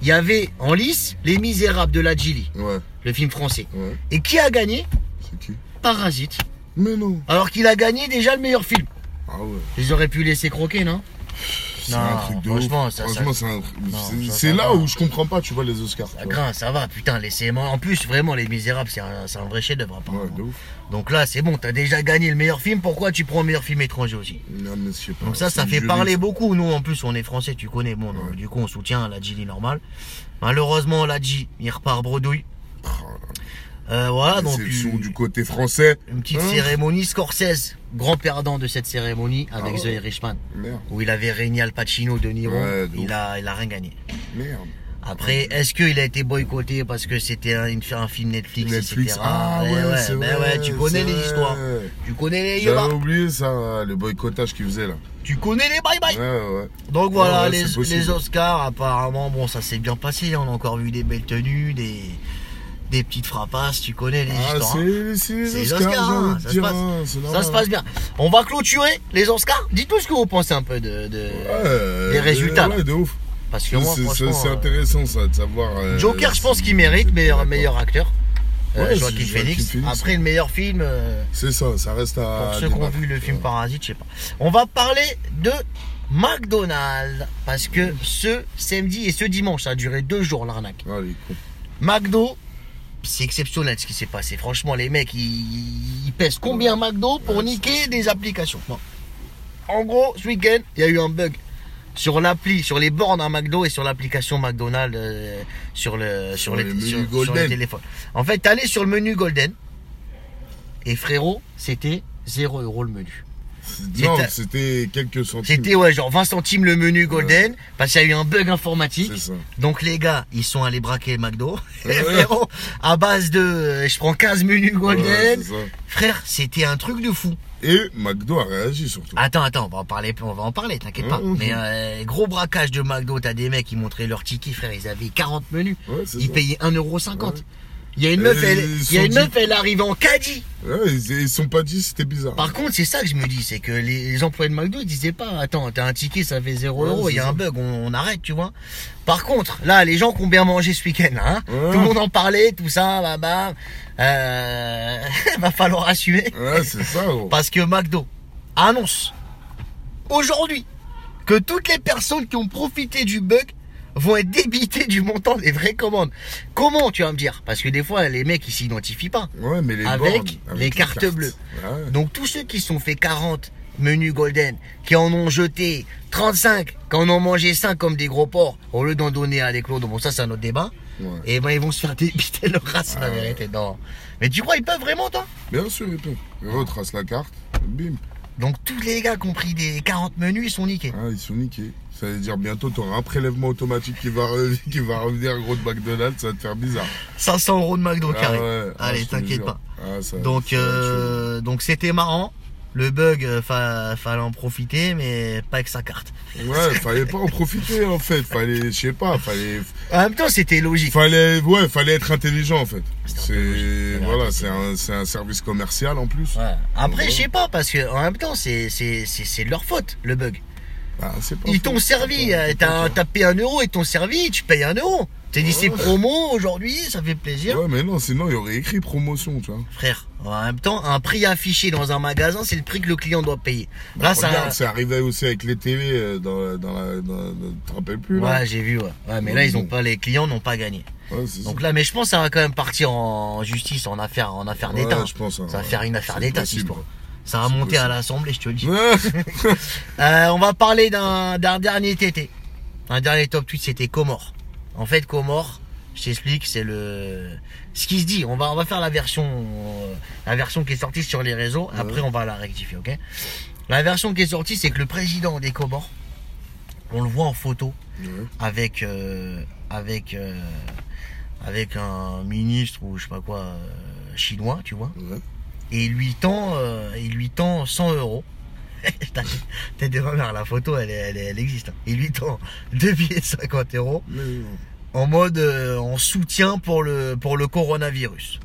Speaker 2: Il y avait en lice Les Misérables de la Gilly,
Speaker 1: Ouais,
Speaker 2: le film français.
Speaker 1: ouais.
Speaker 2: Et qui a gagné
Speaker 1: C'est qui
Speaker 2: Parasite.
Speaker 1: Mais non.
Speaker 2: Alors qu'il a gagné déjà le meilleur film.
Speaker 1: Ah ouais.
Speaker 2: Ils auraient pu laisser croquer, non
Speaker 1: C'est
Speaker 2: Non,
Speaker 1: un truc de ouf.
Speaker 2: franchement, ça- ça-
Speaker 1: Franchement, c'est un truc-
Speaker 2: Non,
Speaker 1: c'est-
Speaker 2: ça,
Speaker 1: C'est
Speaker 2: ça
Speaker 1: là
Speaker 2: va.
Speaker 1: où je comprends pas, tu vois, les Oscars. tu
Speaker 2: Ça
Speaker 1: vois.
Speaker 2: craint, Ah, ça va, putain, laissez-moi. En plus, vraiment, Les Misérables, c'est un, c'est un vrai chef-d'œuvre. hein,
Speaker 1: Ouais,
Speaker 2: apparemment.
Speaker 1: de ouf.
Speaker 2: Donc là, c'est bon, t'as déjà gagné le meilleur film, pourquoi tu prends le meilleur film étranger aussi
Speaker 1: Non, mais je sais pas.
Speaker 2: Donc ça, ça
Speaker 1: C'est
Speaker 2: fait
Speaker 1: du
Speaker 2: parler
Speaker 1: risque.
Speaker 2: beaucoup. Nous, en plus, on est français, tu connais. Bon, donc, du coup, on soutient la Gili normale. Malheureusement, la G, il repart bredouille. Euh, voilà,
Speaker 1: Mais
Speaker 2: donc
Speaker 1: Ah. C'est le son
Speaker 2: une,
Speaker 1: du côté français.
Speaker 2: une petite
Speaker 1: Hein
Speaker 2: cérémonie. Scorsese, grand perdant de cette cérémonie avec
Speaker 1: Ah ouais.
Speaker 2: The Irishman,
Speaker 1: Merde,
Speaker 2: où il avait régné Al Pacino, De Niro.
Speaker 1: Ouais, de
Speaker 2: il,
Speaker 1: ouf.
Speaker 2: a, il a rien gagné.
Speaker 1: merde.
Speaker 2: Après, est-ce qu'il a été boycotté parce que c'était un, une- un film Netflix,
Speaker 1: Netflix.
Speaker 2: etc.
Speaker 1: Ah
Speaker 2: Eh
Speaker 1: ouais,
Speaker 2: ouais,
Speaker 1: c'est
Speaker 2: ben
Speaker 1: vrai,
Speaker 2: ouais, tu connais
Speaker 1: c'est
Speaker 2: les
Speaker 1: vrai.
Speaker 2: histoires. Tu connais les
Speaker 1: J'avais
Speaker 2: yeux,
Speaker 1: oublié ça, le boycottage qu'ils faisaient là.
Speaker 2: tu connais les bye bye.
Speaker 1: Ouais, ouais.
Speaker 2: Donc voilà,
Speaker 1: Ouais, ouais, c'est
Speaker 2: les,
Speaker 1: possible.
Speaker 2: les Oscars, apparemment, bon, ça s'est bien passé. On a encore vu des belles tenues, des, des petites frappasses, tu connais les
Speaker 1: Ah,
Speaker 2: histoires. hein.
Speaker 1: c'est c'est
Speaker 2: C'est
Speaker 1: les
Speaker 2: les
Speaker 1: Oscars,
Speaker 2: Oscars,
Speaker 1: j'ai envie
Speaker 2: hein,
Speaker 1: de
Speaker 2: ça se
Speaker 1: dire,
Speaker 2: passe.
Speaker 1: hein, c'est
Speaker 2: Ça
Speaker 1: normal.
Speaker 2: se passe bien. On va clôturer les Oscars. Dites-nous ce que vous pensez un peu de, de-
Speaker 1: Ouais,
Speaker 2: des résultats. là.
Speaker 1: Ouais, de ouf.
Speaker 2: Parce que
Speaker 1: C'est
Speaker 2: moi,
Speaker 1: c'est-
Speaker 2: franchement,
Speaker 1: c'est
Speaker 2: euh,
Speaker 1: intéressant ça, de savoir. euh,
Speaker 2: Joker, je pense
Speaker 1: si-
Speaker 2: qu'il mérite
Speaker 1: si-
Speaker 2: meilleur,
Speaker 1: d'accord.
Speaker 2: meilleur acteur. Euh,
Speaker 1: Ouais,
Speaker 2: Joaquin
Speaker 1: c'est Joaquin
Speaker 2: Phoenix.
Speaker 1: Phoenix. Ah,
Speaker 2: Après le meilleur film, euh,
Speaker 1: C'est ça, ça reste à.
Speaker 2: pour ceux qui ont
Speaker 1: débattre.
Speaker 2: vu le film Parasite, je sais pas. On va parler de McDonald's. Parce que ce samedi et ce dimanche, ça a duré deux jours l'arnaque.
Speaker 1: Ah, les cons.
Speaker 2: McDo, c'est exceptionnel ce qui s'est passé. Franchement, les mecs, ils, ils pèsent combien McDo pour niquer des applications Bon. En gros, ce week-end, il y a eu un bug sur l'appli, sur les bornes à McDo et sur l'application McDonald's euh, sur, le, sur,
Speaker 1: Sur
Speaker 2: les,
Speaker 1: le menu
Speaker 2: sur, sur
Speaker 1: Golden.
Speaker 2: le téléphone. En fait, t'allais sur le menu Golden et frérot, c'était 0 euros le menu.
Speaker 1: Non,
Speaker 2: C'était-
Speaker 1: c'était quelques centimes.
Speaker 2: C'était ouais, genre 20 centimes le menu Golden parce qu'il y a eu un bug informatique.
Speaker 1: C'est ça.
Speaker 2: Donc les gars, ils sont allés braquer le McDo. <laughs> Et frérot, à base de euh, je prends 15 menus
Speaker 1: Ouais,
Speaker 2: golden.
Speaker 1: c'est ça.
Speaker 2: Frère, c'était un truc de fou.
Speaker 1: Et McDo a réagi surtout.
Speaker 2: Attends, attends, on va en parler, on va en parler, t'inquiète pas.
Speaker 1: Ouais, ouais.
Speaker 2: Mais euh, gros braquage de McDo, t'as des mecs qui montraient leur ticket, frère, ils avaient 40 menus.
Speaker 1: Ouais, c'est
Speaker 2: Ils
Speaker 1: ça.
Speaker 2: payaient 1,50€.
Speaker 1: Ouais.
Speaker 2: Il y a une
Speaker 1: Et
Speaker 2: meuf, elle,
Speaker 1: ils
Speaker 2: il y a
Speaker 1: sont
Speaker 2: une
Speaker 1: dit-
Speaker 2: meuf, elle arrive en caddie.
Speaker 1: Ouais, ils, ils sont pas dit, c'était bizarre.
Speaker 2: Par contre, c'est ça que je me dis, c'est que les, les employés de McDo, ils disaient pas, attends, t'as un ticket, ça fait 0
Speaker 1: Ouais,
Speaker 2: euros, il y a
Speaker 1: c'est
Speaker 2: un
Speaker 1: ça.
Speaker 2: bug, on, on arrête, tu vois. Par contre, là, les gens qui ont bien mangé ce week-end, hein,
Speaker 1: Ouais.
Speaker 2: tout le monde en parlait, tout ça, bah, bah, euh, <laughs> va falloir assumer.
Speaker 1: Ouais, c'est ça, oh. gros.
Speaker 2: Parce que McDo annonce aujourd'hui que toutes les personnes qui ont profité du bug vont être débitées du montant des vraies commandes. Comment, tu vas me dire? Parce que des fois, les mecs, ils s'identifient pas
Speaker 1: Ouais, mais les
Speaker 2: avec
Speaker 1: bornes,
Speaker 2: les cartes
Speaker 1: cartes.
Speaker 2: bleues.
Speaker 1: Ouais.
Speaker 2: Donc tous ceux qui se sont fait 40, menu golden, qui en ont jeté 35, qui en ont mangé 5 comme des gros porcs, au lieu d'en donner à des clodos, bon ça c'est un autre débat,
Speaker 1: Ouais. Ah
Speaker 2: et ben ils vont se faire débiter leur race, la
Speaker 1: Ouais.
Speaker 2: vérité, non. Mais tu crois ils peuvent vraiment toi
Speaker 1: Bien sûr, et tout. Ils retracent la carte, bim.
Speaker 2: Donc tous les gars qui ont pris des 40 menus, ils sont niqués.
Speaker 1: Ah, ils sont niqués. Ça veut dire bientôt, t'auras un prélèvement automatique qui va, re- <laughs> qui va revenir gros de McDonald's, ça va te faire bizarre.
Speaker 2: 500 euros de McDo
Speaker 1: Ah
Speaker 2: carré.
Speaker 1: ouais, ah, je
Speaker 2: Allez,
Speaker 1: te
Speaker 2: t'inquiète
Speaker 1: jure.
Speaker 2: pas.
Speaker 1: Ah, ça-
Speaker 2: Donc,
Speaker 1: ça va
Speaker 2: euh, donc c'était marrant. Le bug, euh, fa- fallait en profiter, mais pas avec sa carte.
Speaker 1: tuer. Ouais,
Speaker 2: <laughs>
Speaker 1: fallait pas en profiter en fait. Fallait, je sais pas, fallait,
Speaker 2: En même temps, c'était logique.
Speaker 1: fallait, ouais, fallait être intelligent en fait. C'est,
Speaker 2: logique.
Speaker 1: voilà, c'est un, c'est un service commercial en plus.
Speaker 2: Ouais. Après,
Speaker 1: Ouais.
Speaker 2: je sais pas, parce que en même temps, c'est c'est- c'est- c'est de leur faute, le bug.
Speaker 1: Bah, c'est pas
Speaker 2: Ils
Speaker 1: faux.
Speaker 2: t'ont servi. euh, T'as t'as payé un euro, ils t'ont servi, tu payes un euro. T'es dit, c'est promo aujourd'hui, ça fait plaisir.
Speaker 1: Ouais, mais non, sinon il y aurait écrit promotion, tu vois.
Speaker 2: Frère, en même temps, un prix affiché dans un magasin, c'est le prix que le client doit payer. Là, Ah, ça.
Speaker 1: Bah, Regarde, c'est arrivé aussi avec les télé euh, dans, la- dans la, dans, dans- tu te rappelles plus là
Speaker 2: Ouais, j'ai vu, ouais. Ouais, mais là, ils ont pas, les clients n'ont pas gagné.
Speaker 1: Ouais, c'est ça.
Speaker 2: Donc là, mais je pense que ça va quand même partir en justice, en affaire, en affaire
Speaker 1: Ouais,
Speaker 2: d'État.
Speaker 1: je pense, hein,
Speaker 2: ça va
Speaker 1: ouais.
Speaker 2: faire une affaire
Speaker 1: C'est
Speaker 2: d'État, cette
Speaker 1: possible.
Speaker 2: histoire. Ça va
Speaker 1: C'est
Speaker 2: monter à
Speaker 1: possible.
Speaker 2: l'Assemblée, je te le dis. <laughs>
Speaker 1: Ouais.
Speaker 2: Euh, on va parler d'un d'un dernier TT. Un dernier top tweet, c'était Comore. En fait, Comore, je t'explique, c'est le ce qui se dit. On va on va faire la version euh, la version qui est sortie sur les réseaux. Après, on va la rectifier, ok La version qui est sortie, c'est que le président des Comores, on le voit en photo
Speaker 1: Ouais.
Speaker 2: avec euh, avec euh, avec un ministre ou je sais pas quoi euh, chinois, tu vois,
Speaker 1: Ouais.
Speaker 2: et il lui tend euh, il lui tend 100 euros. <laughs> T'as- T'es de ma mère, la photo elle, est- elle, est- elle existe. hein. Il lui tend 2 billets de 50 euros
Speaker 1: Mais non.
Speaker 2: en mode euh, en soutien pour le pour le coronavirus.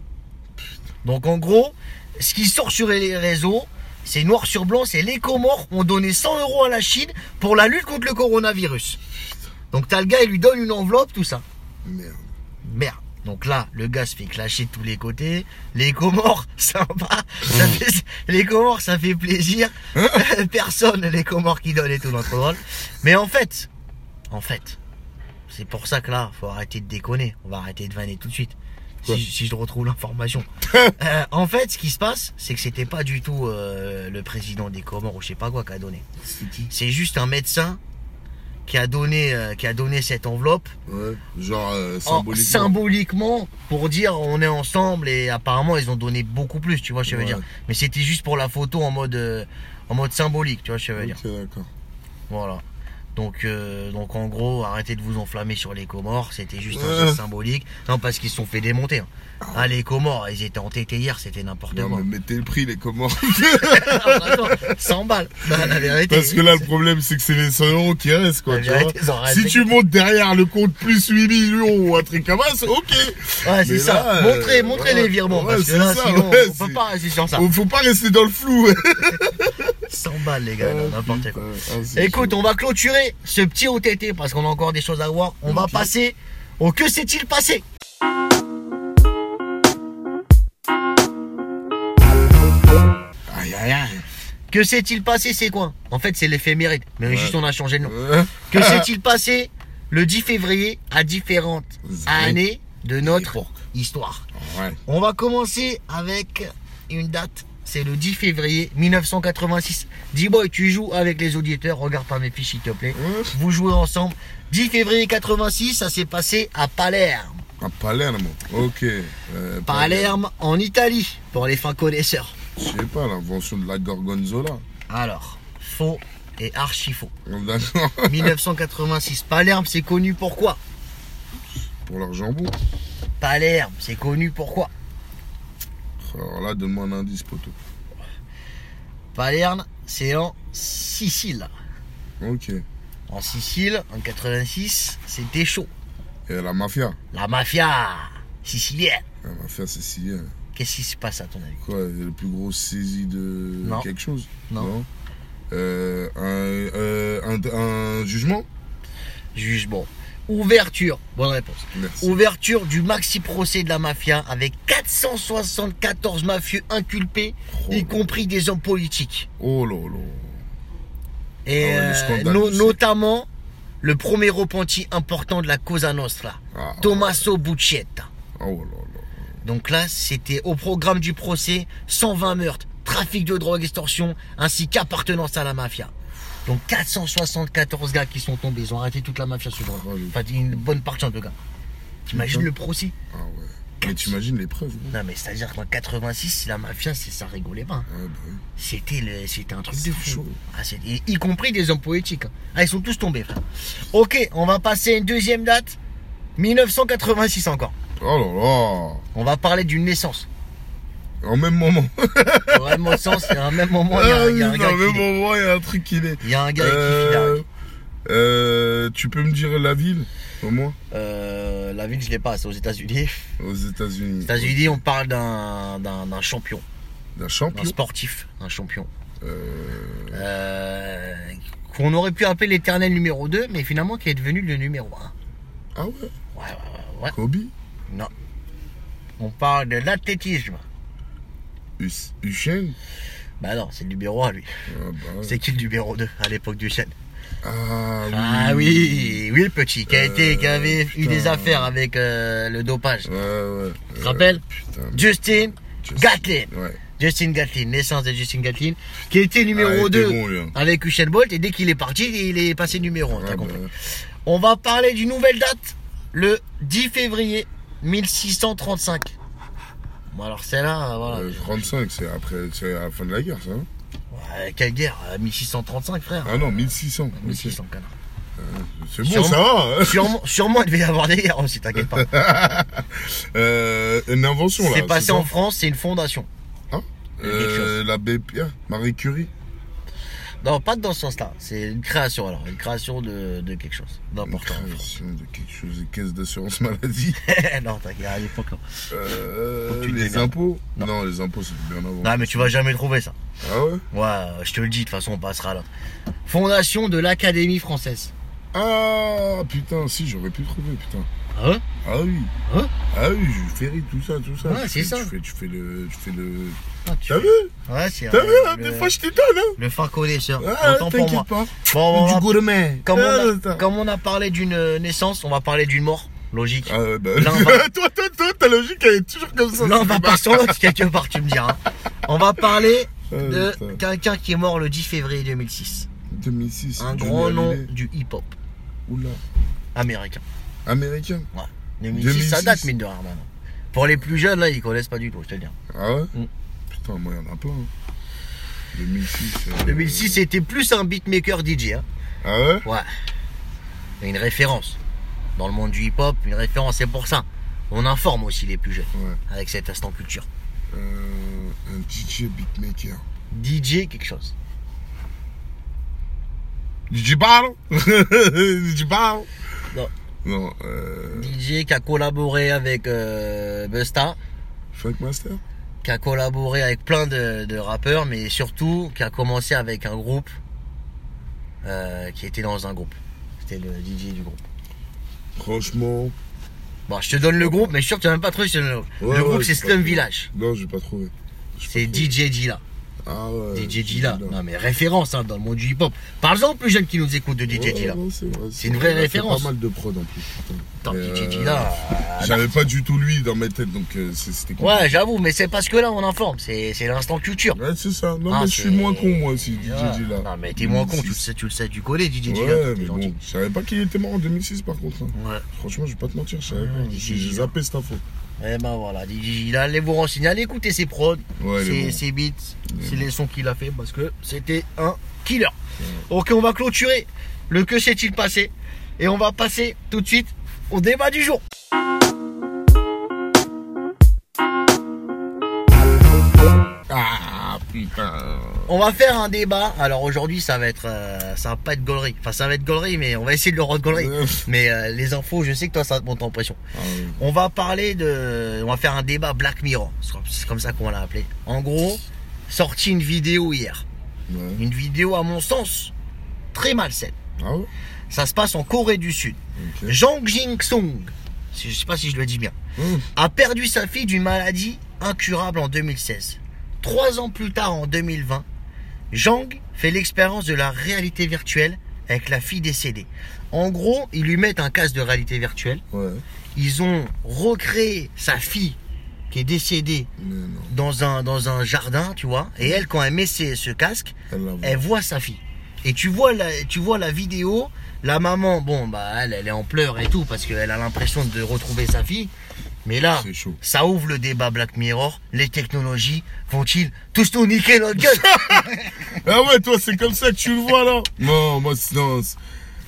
Speaker 2: Donc en gros, ce qui sort sur les réseaux, c'est noir sur blanc, c'est les Comores ont donné 100 euros à la Chine pour la lutte contre le coronavirus. Donc t'as le gars, il lui donne une enveloppe, tout ça.
Speaker 1: Merde.
Speaker 2: Merde. Donc là, le gars se fait clasher de tous les côtés. Les Comores, <laughs> sympa. Ça fait- les Comores, ça fait plaisir. <laughs> Personne, les Comores qui donnent et tout, non, trop drôle. Mais en fait, en fait, c'est pour ça que là, faut arrêter de déconner. On va arrêter de vanner tout de suite.
Speaker 1: Ouais.
Speaker 2: Si, si je retrouve l'information. Euh, en fait, ce qui se passe, c'est que c'était pas du tout euh, le président des Comores ou je sais pas quoi qui a donné.
Speaker 1: C'est qui
Speaker 2: C'est juste un médecin qui a donné, euh, qui a donné cette enveloppe
Speaker 1: Ouais. Genre euh,
Speaker 2: en-
Speaker 1: symbolique.
Speaker 2: symboliquement pour dire on est ensemble et apparemment ils ont donné beaucoup plus, tu vois, je veux
Speaker 1: Ouais.
Speaker 2: dire. Mais c'était juste pour la photo en mode euh, en mode symbolique, tu vois, je veux dire.
Speaker 1: Ok, d'accord.
Speaker 2: Voilà. Donc, euh, donc en gros, arrêtez de vous enflammer sur les Comores, c'était juste un
Speaker 1: Ouais.
Speaker 2: geste symbolique. Non, parce qu'ils se sont fait démonter. hein. Ah, les Comores, ils étaient entêtés hier, c'était n'importe
Speaker 1: Non,
Speaker 2: quoi. <laughs> Ah, bah,
Speaker 1: mais mettez le prix, les commandes.
Speaker 2: Attends, 100 balles, la vérité.
Speaker 1: Parce que là, le problème, c'est que c'est les 100 euros qui restent, quoi.
Speaker 2: La
Speaker 1: tu
Speaker 2: vérité,
Speaker 1: vois.
Speaker 2: ils en restent.
Speaker 1: si tu montes derrière le compte plus 8 millions ou un truc comme ça, ok.
Speaker 2: Ouais, c'est
Speaker 1: Mais
Speaker 2: ça.
Speaker 1: là, euh,
Speaker 2: montrez, montrez
Speaker 1: ouais,
Speaker 2: les virements.
Speaker 1: ouais,
Speaker 2: parce que
Speaker 1: c'est
Speaker 2: là,
Speaker 1: ça,
Speaker 2: sinon,
Speaker 1: ouais,
Speaker 2: on peut
Speaker 1: c'est-
Speaker 2: pas rester sur ça.
Speaker 1: On faut pas rester dans le flou.
Speaker 2: 100 balles, les
Speaker 1: Oh,
Speaker 2: gars, non,
Speaker 1: <laughs>
Speaker 2: n'importe quoi.
Speaker 1: Ah, c'est
Speaker 2: Écoute,
Speaker 1: chaud.
Speaker 2: on va clôturer ce petit OTT parce qu'on a encore des choses à voir. On va
Speaker 1: Ok.
Speaker 2: passer au que s'est-il passé
Speaker 1: Aïe, aïe, aïe.
Speaker 2: Que s'est-il passé C'est quoi En fait, c'est l'éphéméride. Mais
Speaker 1: Ouais. Euh.
Speaker 2: juste, on a changé de nom.
Speaker 1: Ouais.
Speaker 2: Que s'est-il passé le 10 février à différentes
Speaker 1: Zé.
Speaker 2: années de notre histoire
Speaker 1: Ouais.
Speaker 2: On va commencer avec une date. C'est le 10 février 1986. D-Boy, tu joues avec les auditeurs. Regarde pas mes fiches, s'il te plaît.
Speaker 1: Ouais.
Speaker 2: Vous jouez ensemble. 10 février 86, ça s'est passé à Palerme.
Speaker 1: À Palerme. Ok. Euh,
Speaker 2: Palerme en Italie, pour les fins connaisseurs.
Speaker 1: Je sais pas, l'invention de la gorgonzola.
Speaker 2: Alors, faux et
Speaker 1: <laughs>
Speaker 2: archi faux.
Speaker 1: D'accord.
Speaker 2: 1986, Palerme, c'est connu pourquoi
Speaker 1: Pour leur jambon.
Speaker 2: Palerme, c'est connu pourquoi
Speaker 1: Alors là, donne-moi un indice, poteau.
Speaker 2: Palerme, c'est en Sicile.
Speaker 1: Ok. Et
Speaker 2: En Sicile, en 86, c'était chaud.
Speaker 1: la mafia
Speaker 2: La mafia sicilienne.
Speaker 1: La mafia hein. sicilienne.
Speaker 2: Qu'est-ce qui se passe à ton avis
Speaker 1: Quoi Le plus gros saisie de
Speaker 2: Non.
Speaker 1: quelque chose
Speaker 2: Non.
Speaker 1: Euh, un, euh, un- un jugement
Speaker 2: Jugement. Ouverture, bonne réponse.
Speaker 1: Merci.
Speaker 2: Ouverture du maxi procès de la mafia avec 474 mafieux inculpés,
Speaker 1: Oh.
Speaker 2: y compris des hommes politiques.
Speaker 1: Oh là là.
Speaker 2: Et
Speaker 1: Ah ouais, le
Speaker 2: euh,
Speaker 1: scandale
Speaker 2: no-
Speaker 1: aussi.
Speaker 2: notamment le premier repenti important de la Cosa Nostra,
Speaker 1: Ah.
Speaker 2: Tommaso Buccietta.
Speaker 1: Oh là là.
Speaker 2: Donc là, c'était au programme du procès 120 meurtres, trafic de drogue, extorsion, ainsi qu'appartenance à la mafia. Donc 474 gars qui sont tombés, ils ont arrêté toute la mafia ce jour-là. Enfin, une bonne partie en tout cas. T'imagines
Speaker 1: Putain.
Speaker 2: le procès
Speaker 1: Ah ouais. Mais t'imagines les preuves gros
Speaker 2: Non mais c'est-à-dire qu'en 86, la mafia, c'est ça rigolait pas. hein.
Speaker 1: Ah bah oui.
Speaker 2: C'était le, c'était un truc de
Speaker 1: C'était
Speaker 2: fou.
Speaker 1: chaud.
Speaker 2: Ah, c'est- y, y compris des hommes poétiques. hein. Ah, ils sont tous tombés, frère. Ok, on va passer à une deuxième date. 1986 encore.
Speaker 1: Oh
Speaker 2: On va parler d'une naissance.
Speaker 1: là là En même moment.
Speaker 2: Au même sens, et à un même moment, Oh, il y a,
Speaker 1: Ah
Speaker 2: il y
Speaker 1: oui,
Speaker 2: a
Speaker 1: <laughs>
Speaker 2: un gars
Speaker 1: en même
Speaker 2: qui naît.
Speaker 1: moment, il y a un truc qui est.
Speaker 2: Il y a un gars qui finit
Speaker 1: Euh,
Speaker 2: avec.
Speaker 1: euh, tu peux me dire la ville, au moins,
Speaker 2: Euh, la ville, je l'ai pas, c'est aux États-Unis.
Speaker 1: aux États-Unis.
Speaker 2: Aux États-Unis, on parle d'un, d'un, d'un champion,
Speaker 1: La
Speaker 2: d'un
Speaker 1: champion.
Speaker 2: sportif, un champion.
Speaker 1: Euh,
Speaker 2: Euh, qu'on aurait pu appeler l'éternel numéro 2, mais finalement qui est devenu le numéro 1.
Speaker 1: Ah ouais,
Speaker 2: Ouais, ouais, ouais, ouais.
Speaker 1: Kobe.
Speaker 2: Non. On parle de l'athlétisme.
Speaker 1: Hus- Hussein.
Speaker 2: Bah non, c'est le numéro 1 lui.
Speaker 1: Ah, bah ouais.
Speaker 2: C'est qui le numéro 2 à l'époque du chêne
Speaker 1: Ah oui.
Speaker 2: Ah oui, oui le petit, qui a été, qui
Speaker 1: Euh,
Speaker 2: avait eu des
Speaker 1: putain.
Speaker 2: affaires avec euh, le dopage.
Speaker 1: Ouais, ouais.
Speaker 2: te rappelles
Speaker 1: Putain.
Speaker 2: Justin
Speaker 1: Justin.
Speaker 2: Gatlin.
Speaker 1: Ouais.
Speaker 2: Justin Gatlin, naissance de Justin Gatlin, qui était numéro
Speaker 1: Ah, il était
Speaker 2: 2
Speaker 1: bon, lui, hein.
Speaker 2: avec Usain Bolt, et dès qu'il est parti, il est passé numéro 1,
Speaker 1: Ouais,
Speaker 2: t'as
Speaker 1: bah
Speaker 2: compris.
Speaker 1: ouais.
Speaker 2: On va parler d'une nouvelle date, le 10 février 1635. Bon alors celle-là, euh, voilà.
Speaker 1: Euh, 35, c'est après, c'est à la fin de la guerre, ça. hein
Speaker 2: Ouais, quelle guerre, euh, 1635 frère.
Speaker 1: Ah non, 1600. ok.
Speaker 2: 1600 connard.
Speaker 1: C'est bon,
Speaker 2: Sûrement.
Speaker 1: ça va. hein
Speaker 2: Sûrement, sûrement, il devait y avoir des guerres aussi, t'inquiète
Speaker 1: <laughs>
Speaker 2: pas.
Speaker 1: Euh, une invention, là.
Speaker 2: C'est passé
Speaker 1: ça
Speaker 2: en France, c'est une fondation.
Speaker 1: Hein
Speaker 2: quelque
Speaker 1: euh,
Speaker 2: chose.
Speaker 1: la Pierre, Marie Curie.
Speaker 2: Non, pas dans ce sens-là. C'est une création, alors. Une création de, de quelque chose
Speaker 1: Une
Speaker 2: d'important. en France.
Speaker 1: création de quelque chose, des caisses d'assurance <laughs> maladie.
Speaker 2: <laughs> non, t'inquiète, à l'époque, non.
Speaker 1: Euh,
Speaker 2: Faut que tu te
Speaker 1: les
Speaker 2: démerdes.
Speaker 1: impôts non.
Speaker 2: Non.
Speaker 1: les impôts, c'est bien avant.
Speaker 2: Non, mais tu vas jamais trouver ça.
Speaker 1: Ah ouais
Speaker 2: Ouais, euh, je te le dis, de toute façon, on passera à l'autre. Fondation de l'Académie française.
Speaker 1: Ah putain, si, j'aurais pu trouver, putain.
Speaker 2: Hein
Speaker 1: Ah oui.
Speaker 2: Hein
Speaker 1: ah oui, je ferry, tout ça, tout ça.
Speaker 2: Ouais,
Speaker 1: Tu
Speaker 2: c'est
Speaker 1: fais-
Speaker 2: ça.
Speaker 1: Tu fais, tu fais le. Tu fais le...
Speaker 2: Ah, tu
Speaker 1: T'as
Speaker 2: fais-
Speaker 1: vu
Speaker 2: Ouais, c'est.
Speaker 1: T'as
Speaker 2: euh,
Speaker 1: vu hein,
Speaker 2: le-
Speaker 1: Des fois, je t'étonne, hein
Speaker 2: Le fin connaisseur.
Speaker 1: Ah,
Speaker 2: Autant pour moi.
Speaker 1: t'inquiète pas.
Speaker 2: Bon, on
Speaker 1: Du
Speaker 2: va-
Speaker 1: gourmet.
Speaker 2: comme,
Speaker 1: Ah,
Speaker 2: on a,
Speaker 1: putain.
Speaker 2: comme on a parlé d'une naissance, on va parler d'une mort. Logique.
Speaker 1: Ah ouais, bah. <laughs>
Speaker 2: Là, on va-
Speaker 1: toi, toi, toi, ta logique, elle est toujours comme ça.
Speaker 2: Là, on
Speaker 1: c'est
Speaker 2: va
Speaker 1: dommage.
Speaker 2: pas sur
Speaker 1: <laughs>
Speaker 2: l'autre quelque part, tu me diras. On va parler
Speaker 1: Euh,
Speaker 2: de
Speaker 1: putain.
Speaker 2: quelqu'un qui est mort le 10 février 2006.
Speaker 1: 2006.
Speaker 2: Un
Speaker 1: Johnny
Speaker 2: grand nom
Speaker 1: Hallyday.
Speaker 2: du hip-hop
Speaker 1: Oula.
Speaker 2: américain.
Speaker 1: Américain.
Speaker 2: Ouais. 2006, ça
Speaker 1: 2006.
Speaker 2: date, mine de rien, maintenant. Pour les plus jeunes, là, ils connaissent pas du tout, je te le dis.
Speaker 1: Ah ouais
Speaker 2: Mm.
Speaker 1: Putain, moi, il y en a plein. hein. 2006. euh,
Speaker 2: 2006, c'était plus un beatmaker DJ. hein.
Speaker 1: Ah ouais
Speaker 2: Ouais. Mais une référence. Dans le monde du hip-hop, une référence, c'est pour ça. On informe aussi les plus jeunes
Speaker 1: Ouais.
Speaker 2: avec cet instant culture.
Speaker 1: Euh, un DJ beatmaker.
Speaker 2: DJ quelque chose.
Speaker 1: DJ <laughs> Barlow DJ Barlow
Speaker 2: Non.
Speaker 1: Non, euh,
Speaker 2: DJ qui a collaboré avec euh, Busta.
Speaker 1: Funk Master
Speaker 2: qui a collaboré avec plein de, de rappeurs, mais surtout qui a commencé avec un groupe euh, qui était dans un groupe. C'était le DJ du groupe.
Speaker 1: Franchement.
Speaker 2: Bon, je te donne le groupe, mais je suis sûr que tu n'as même pas trouvé. ce nom.
Speaker 1: Ouais,
Speaker 2: le
Speaker 1: ouais,
Speaker 2: groupe,
Speaker 1: j'ai
Speaker 2: c'est
Speaker 1: pas
Speaker 2: Slum
Speaker 1: trouvé.
Speaker 2: Village.
Speaker 1: Non, j'ai pas trouvé. J'ai pas
Speaker 2: C'est
Speaker 1: trouvé.
Speaker 2: DJ Gila.
Speaker 1: Ah ouais.
Speaker 2: DJ Gila. Non, mais référence hein, dans le monde du hip-hop. Par exemple, les jeunes qui nous écoutent de DJ
Speaker 1: Ouais,
Speaker 2: Gila.
Speaker 1: non, C'est vrai,
Speaker 2: C'est une
Speaker 1: vrai. Il
Speaker 2: vraie
Speaker 1: a fait
Speaker 2: référence.
Speaker 1: pas mal de prod en plus. putain.
Speaker 2: Attends,
Speaker 1: Mais,
Speaker 2: DJ
Speaker 1: euh,
Speaker 2: Gila. euh,
Speaker 1: J'avais pas du tout lui dans mes têtes, donc euh, c'est- c'était cool.
Speaker 2: Ouais, j'avoue, mais c'est parce que là, on informe. C'est c'est l'instant culture.
Speaker 1: Ouais, c'est ça. Non,
Speaker 2: Ah,
Speaker 1: mais je suis
Speaker 2: c'est-
Speaker 1: moins con, moi aussi, DJ
Speaker 2: Ouais.
Speaker 1: Gila.
Speaker 2: Non, mais t'es moins con, tu le
Speaker 1: 2006.
Speaker 2: sais, tu le sais, tu connais DJ Gila.
Speaker 1: Ouais,
Speaker 2: t'es
Speaker 1: mais
Speaker 2: gentil.
Speaker 1: bon, je savais pas qu'il était mort en 2006 par contre. hein.
Speaker 2: Ouais.
Speaker 1: Franchement, je vais pas te mentir, je savais pas.
Speaker 2: DJ
Speaker 1: J'ai j'ai
Speaker 2: Gila.
Speaker 1: zappé cette info.
Speaker 2: Eh ben voilà, DJ Gila, allez vous renseigner, allez écouter ses prods,
Speaker 1: Ouais, il est
Speaker 2: ses,
Speaker 1: bon.
Speaker 2: ses beats, c'est les sons qu'il a fait parce que c'était un killer. Ok, on va clôturer le que s'est-il passé et on va passer tout de suite au débat du jour.
Speaker 1: Ah putain.
Speaker 2: On va faire un débat. Alors aujourd'hui, ça va être, euh, ça va pas être gaulerie. Enfin, ça va être gaulerie, mais on va essayer de le rendre gaulerie.
Speaker 1: Ouais.
Speaker 2: Mais euh, les infos, je sais que toi, ça te monte en pression.
Speaker 1: Ah, ouais.
Speaker 2: On va parler de. On va faire un débat Black Mirror. C'est comme ça qu'on l'a appelé. En gros, sorti une vidéo hier.
Speaker 1: Ouais.
Speaker 2: Une vidéo, à mon sens, très malsaine.
Speaker 1: Ah ouais
Speaker 2: Ça se passe en Corée du Sud.
Speaker 1: Ok.
Speaker 2: Jang Jing-sung, si- je sais pas si je le dis bien,
Speaker 1: Hum,
Speaker 2: a perdu sa fille d'une maladie incurable en 2016. Trois ans plus tard, en 2020, Jang fait l'expérience de la réalité virtuelle avec la fille décédée. En gros, ils lui mettent un casque de réalité virtuelle.
Speaker 1: Ouais.
Speaker 2: Ils ont recréé sa fille qui est décédée
Speaker 1: Mais non.
Speaker 2: dans un, dans un jardin, tu vois. Et elle, quand elle met ses- ce casque,
Speaker 1: Elle la voit.
Speaker 2: elle voit sa fille. Et tu vois la, tu vois la vidéo, la maman, bon, bah, elle, elle est en pleurs et tout, parce qu'elle a l'impression de retrouver sa fille. Mais là,
Speaker 1: C'est chaud.
Speaker 2: ça ouvre le débat Black Mirror. Les technologies vont-ils tous nous niquer notre
Speaker 1: <laughs>
Speaker 2: gueule
Speaker 1: Ah ouais, toi, c'est comme ça que tu le vois, là Non, moi, c'est- non. c'est-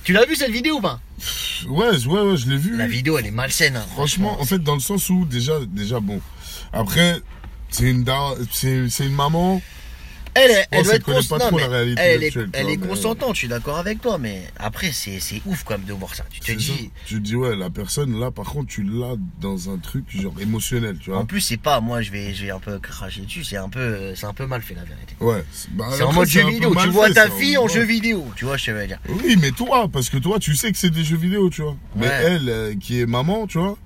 Speaker 2: Tu l'as vu cette vidéo ou pas
Speaker 1: Ouais, je- ouais, ouais, je l'ai vu.
Speaker 2: La vidéo, elle est malsaine. hein,
Speaker 1: Franchement, en fait, dans le sens où, déjà, déjà bon. Après, c'est une, dar- c'est c'est une maman.
Speaker 2: Elle, est,
Speaker 1: pense
Speaker 2: elle doit
Speaker 1: qu'elle
Speaker 2: être
Speaker 1: Oh, connaît pas
Speaker 2: consentante.
Speaker 1: trop la
Speaker 2: mais
Speaker 1: réalité
Speaker 2: elle est,
Speaker 1: actuelle, tu
Speaker 2: elle
Speaker 1: vois,
Speaker 2: est
Speaker 1: mais- euh,
Speaker 2: consentante, je suis d'accord avec toi, mais après, c'est c'est ouf quand même de voir ça. Tu te
Speaker 1: c'est ça.
Speaker 2: dis.
Speaker 1: Tu te dis, ouais, la personne, là, par contre, tu l'as dans un truc, genre, émotionnel, tu
Speaker 2: En
Speaker 1: vois.
Speaker 2: plus, c'est pas, moi, je vais, je vais un peu cracher dessus, c'est un peu, euh, c'est un peu mal fait, la vérité.
Speaker 1: Ouais. C'est bah,
Speaker 2: C'est en
Speaker 1: après,
Speaker 2: mode
Speaker 1: c'est
Speaker 2: jeu
Speaker 1: un peu
Speaker 2: vidéo, tu
Speaker 1: mal
Speaker 2: vois
Speaker 1: fait,
Speaker 2: ta
Speaker 1: ça,
Speaker 2: fille
Speaker 1: on
Speaker 2: en
Speaker 1: voit.
Speaker 2: jeu vidéo, tu vois, je te veux dire.
Speaker 1: Oui, mais toi, parce que toi, tu sais que c'est des jeux vidéo, tu vois. Mais
Speaker 2: Ouais.
Speaker 1: elle, euh, qui est maman, tu vois,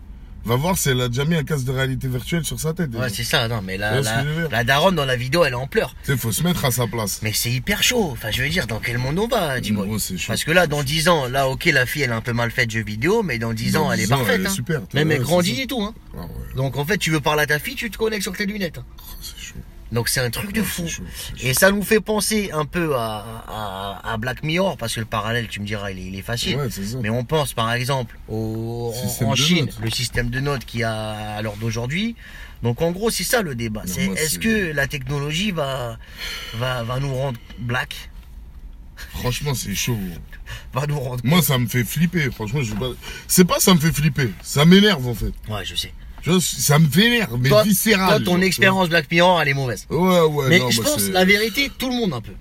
Speaker 1: va voir si elle a déjà mis un casque de réalité virtuelle sur sa tête.
Speaker 2: Ouais,
Speaker 1: déjà.
Speaker 2: c'est ça, non, mais la,
Speaker 1: Ouais, ce que
Speaker 2: la,
Speaker 1: je veux dire.
Speaker 2: la daronne dans la vidéo, elle est en pleurs.
Speaker 1: Tu sais, faut se mettre à sa place.
Speaker 2: Mais c'est hyper chaud, enfin, je veux dire, dans quel monde on va, dis-moi.
Speaker 1: gros, c'est chaud.
Speaker 2: Parce que là, dans 10 ans, là, ok, la fille, elle est un peu mal faite jeu vidéo, mais dans 10 ans,
Speaker 1: Dans
Speaker 2: elle est
Speaker 1: 10 ans,
Speaker 2: parfaite.
Speaker 1: elle est
Speaker 2: hein.
Speaker 1: super, t'es
Speaker 2: Même
Speaker 1: vrai,
Speaker 2: elle
Speaker 1: c'est
Speaker 2: grandit
Speaker 1: ça.
Speaker 2: et tout, hein.
Speaker 1: Ah ouais,
Speaker 2: Donc, en fait, tu veux parler à ta fille, tu te connectes sur tes lunettes. hein.
Speaker 1: oh, c'est chaud.
Speaker 2: Donc c'est un truc de
Speaker 1: Ouais,
Speaker 2: fou.
Speaker 1: c'est chaud, c'est chaud.
Speaker 2: Et ça nous fait penser un peu à, à, à Black Mirror, parce que le parallèle, tu me diras, il est, il est facile.
Speaker 1: Ouais, c'est ça.
Speaker 2: Mais on pense par exemple au, en-
Speaker 1: Système
Speaker 2: en
Speaker 1: de
Speaker 2: Chine,
Speaker 1: notes.
Speaker 2: le système de notes qu'il y a à l'heure d'aujourd'hui. Donc en gros, c'est ça le débat.
Speaker 1: Non,
Speaker 2: C'est
Speaker 1: moi,
Speaker 2: est-ce
Speaker 1: c'est-
Speaker 2: que la technologie va, va, va nous rendre black
Speaker 1: Franchement, c'est chaud.
Speaker 2: Va nous rendre.
Speaker 1: Moi, ça me fait flipper. Franchement, je vais pas. C'est pas ça me fait flipper. Ça m'énerve, en fait.
Speaker 2: Ouais, je sais.
Speaker 1: Tu vois, ça me vénère, mais
Speaker 2: toi,
Speaker 1: viscéral.
Speaker 2: toi, ton
Speaker 1: genre.
Speaker 2: expérience Black Mirror, elle est mauvaise.
Speaker 1: Ouais, ouais,
Speaker 2: Mais
Speaker 1: non,
Speaker 2: je
Speaker 1: bah,
Speaker 2: pense,
Speaker 1: c'est-
Speaker 2: la vérité, tout le monde un peu.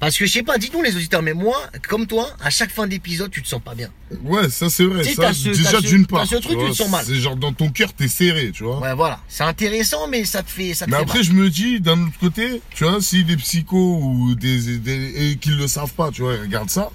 Speaker 2: Parce que je sais pas, dites-nous les auditeurs, mais moi, comme toi, à chaque fin d'épisode, tu te sens pas bien.
Speaker 1: Ouais, ça, c'est vrai.
Speaker 2: Tu sais,
Speaker 1: Ça,
Speaker 2: t'as ce-
Speaker 1: déjà,
Speaker 2: t'as ce-
Speaker 1: d'une
Speaker 2: t'as
Speaker 1: part.
Speaker 2: ce truc,
Speaker 1: vois,
Speaker 2: tu te sens mal.
Speaker 1: C'est genre dans ton cœur, t'es serré, tu vois.
Speaker 2: Ouais, voilà. C'est intéressant, mais ça te fait. Ça te
Speaker 1: Mais
Speaker 2: fait
Speaker 1: après, je me dis, d'un autre côté, tu vois, si des psychos ou des, des- et qu'ils le savent pas, tu vois, ils regardent ça,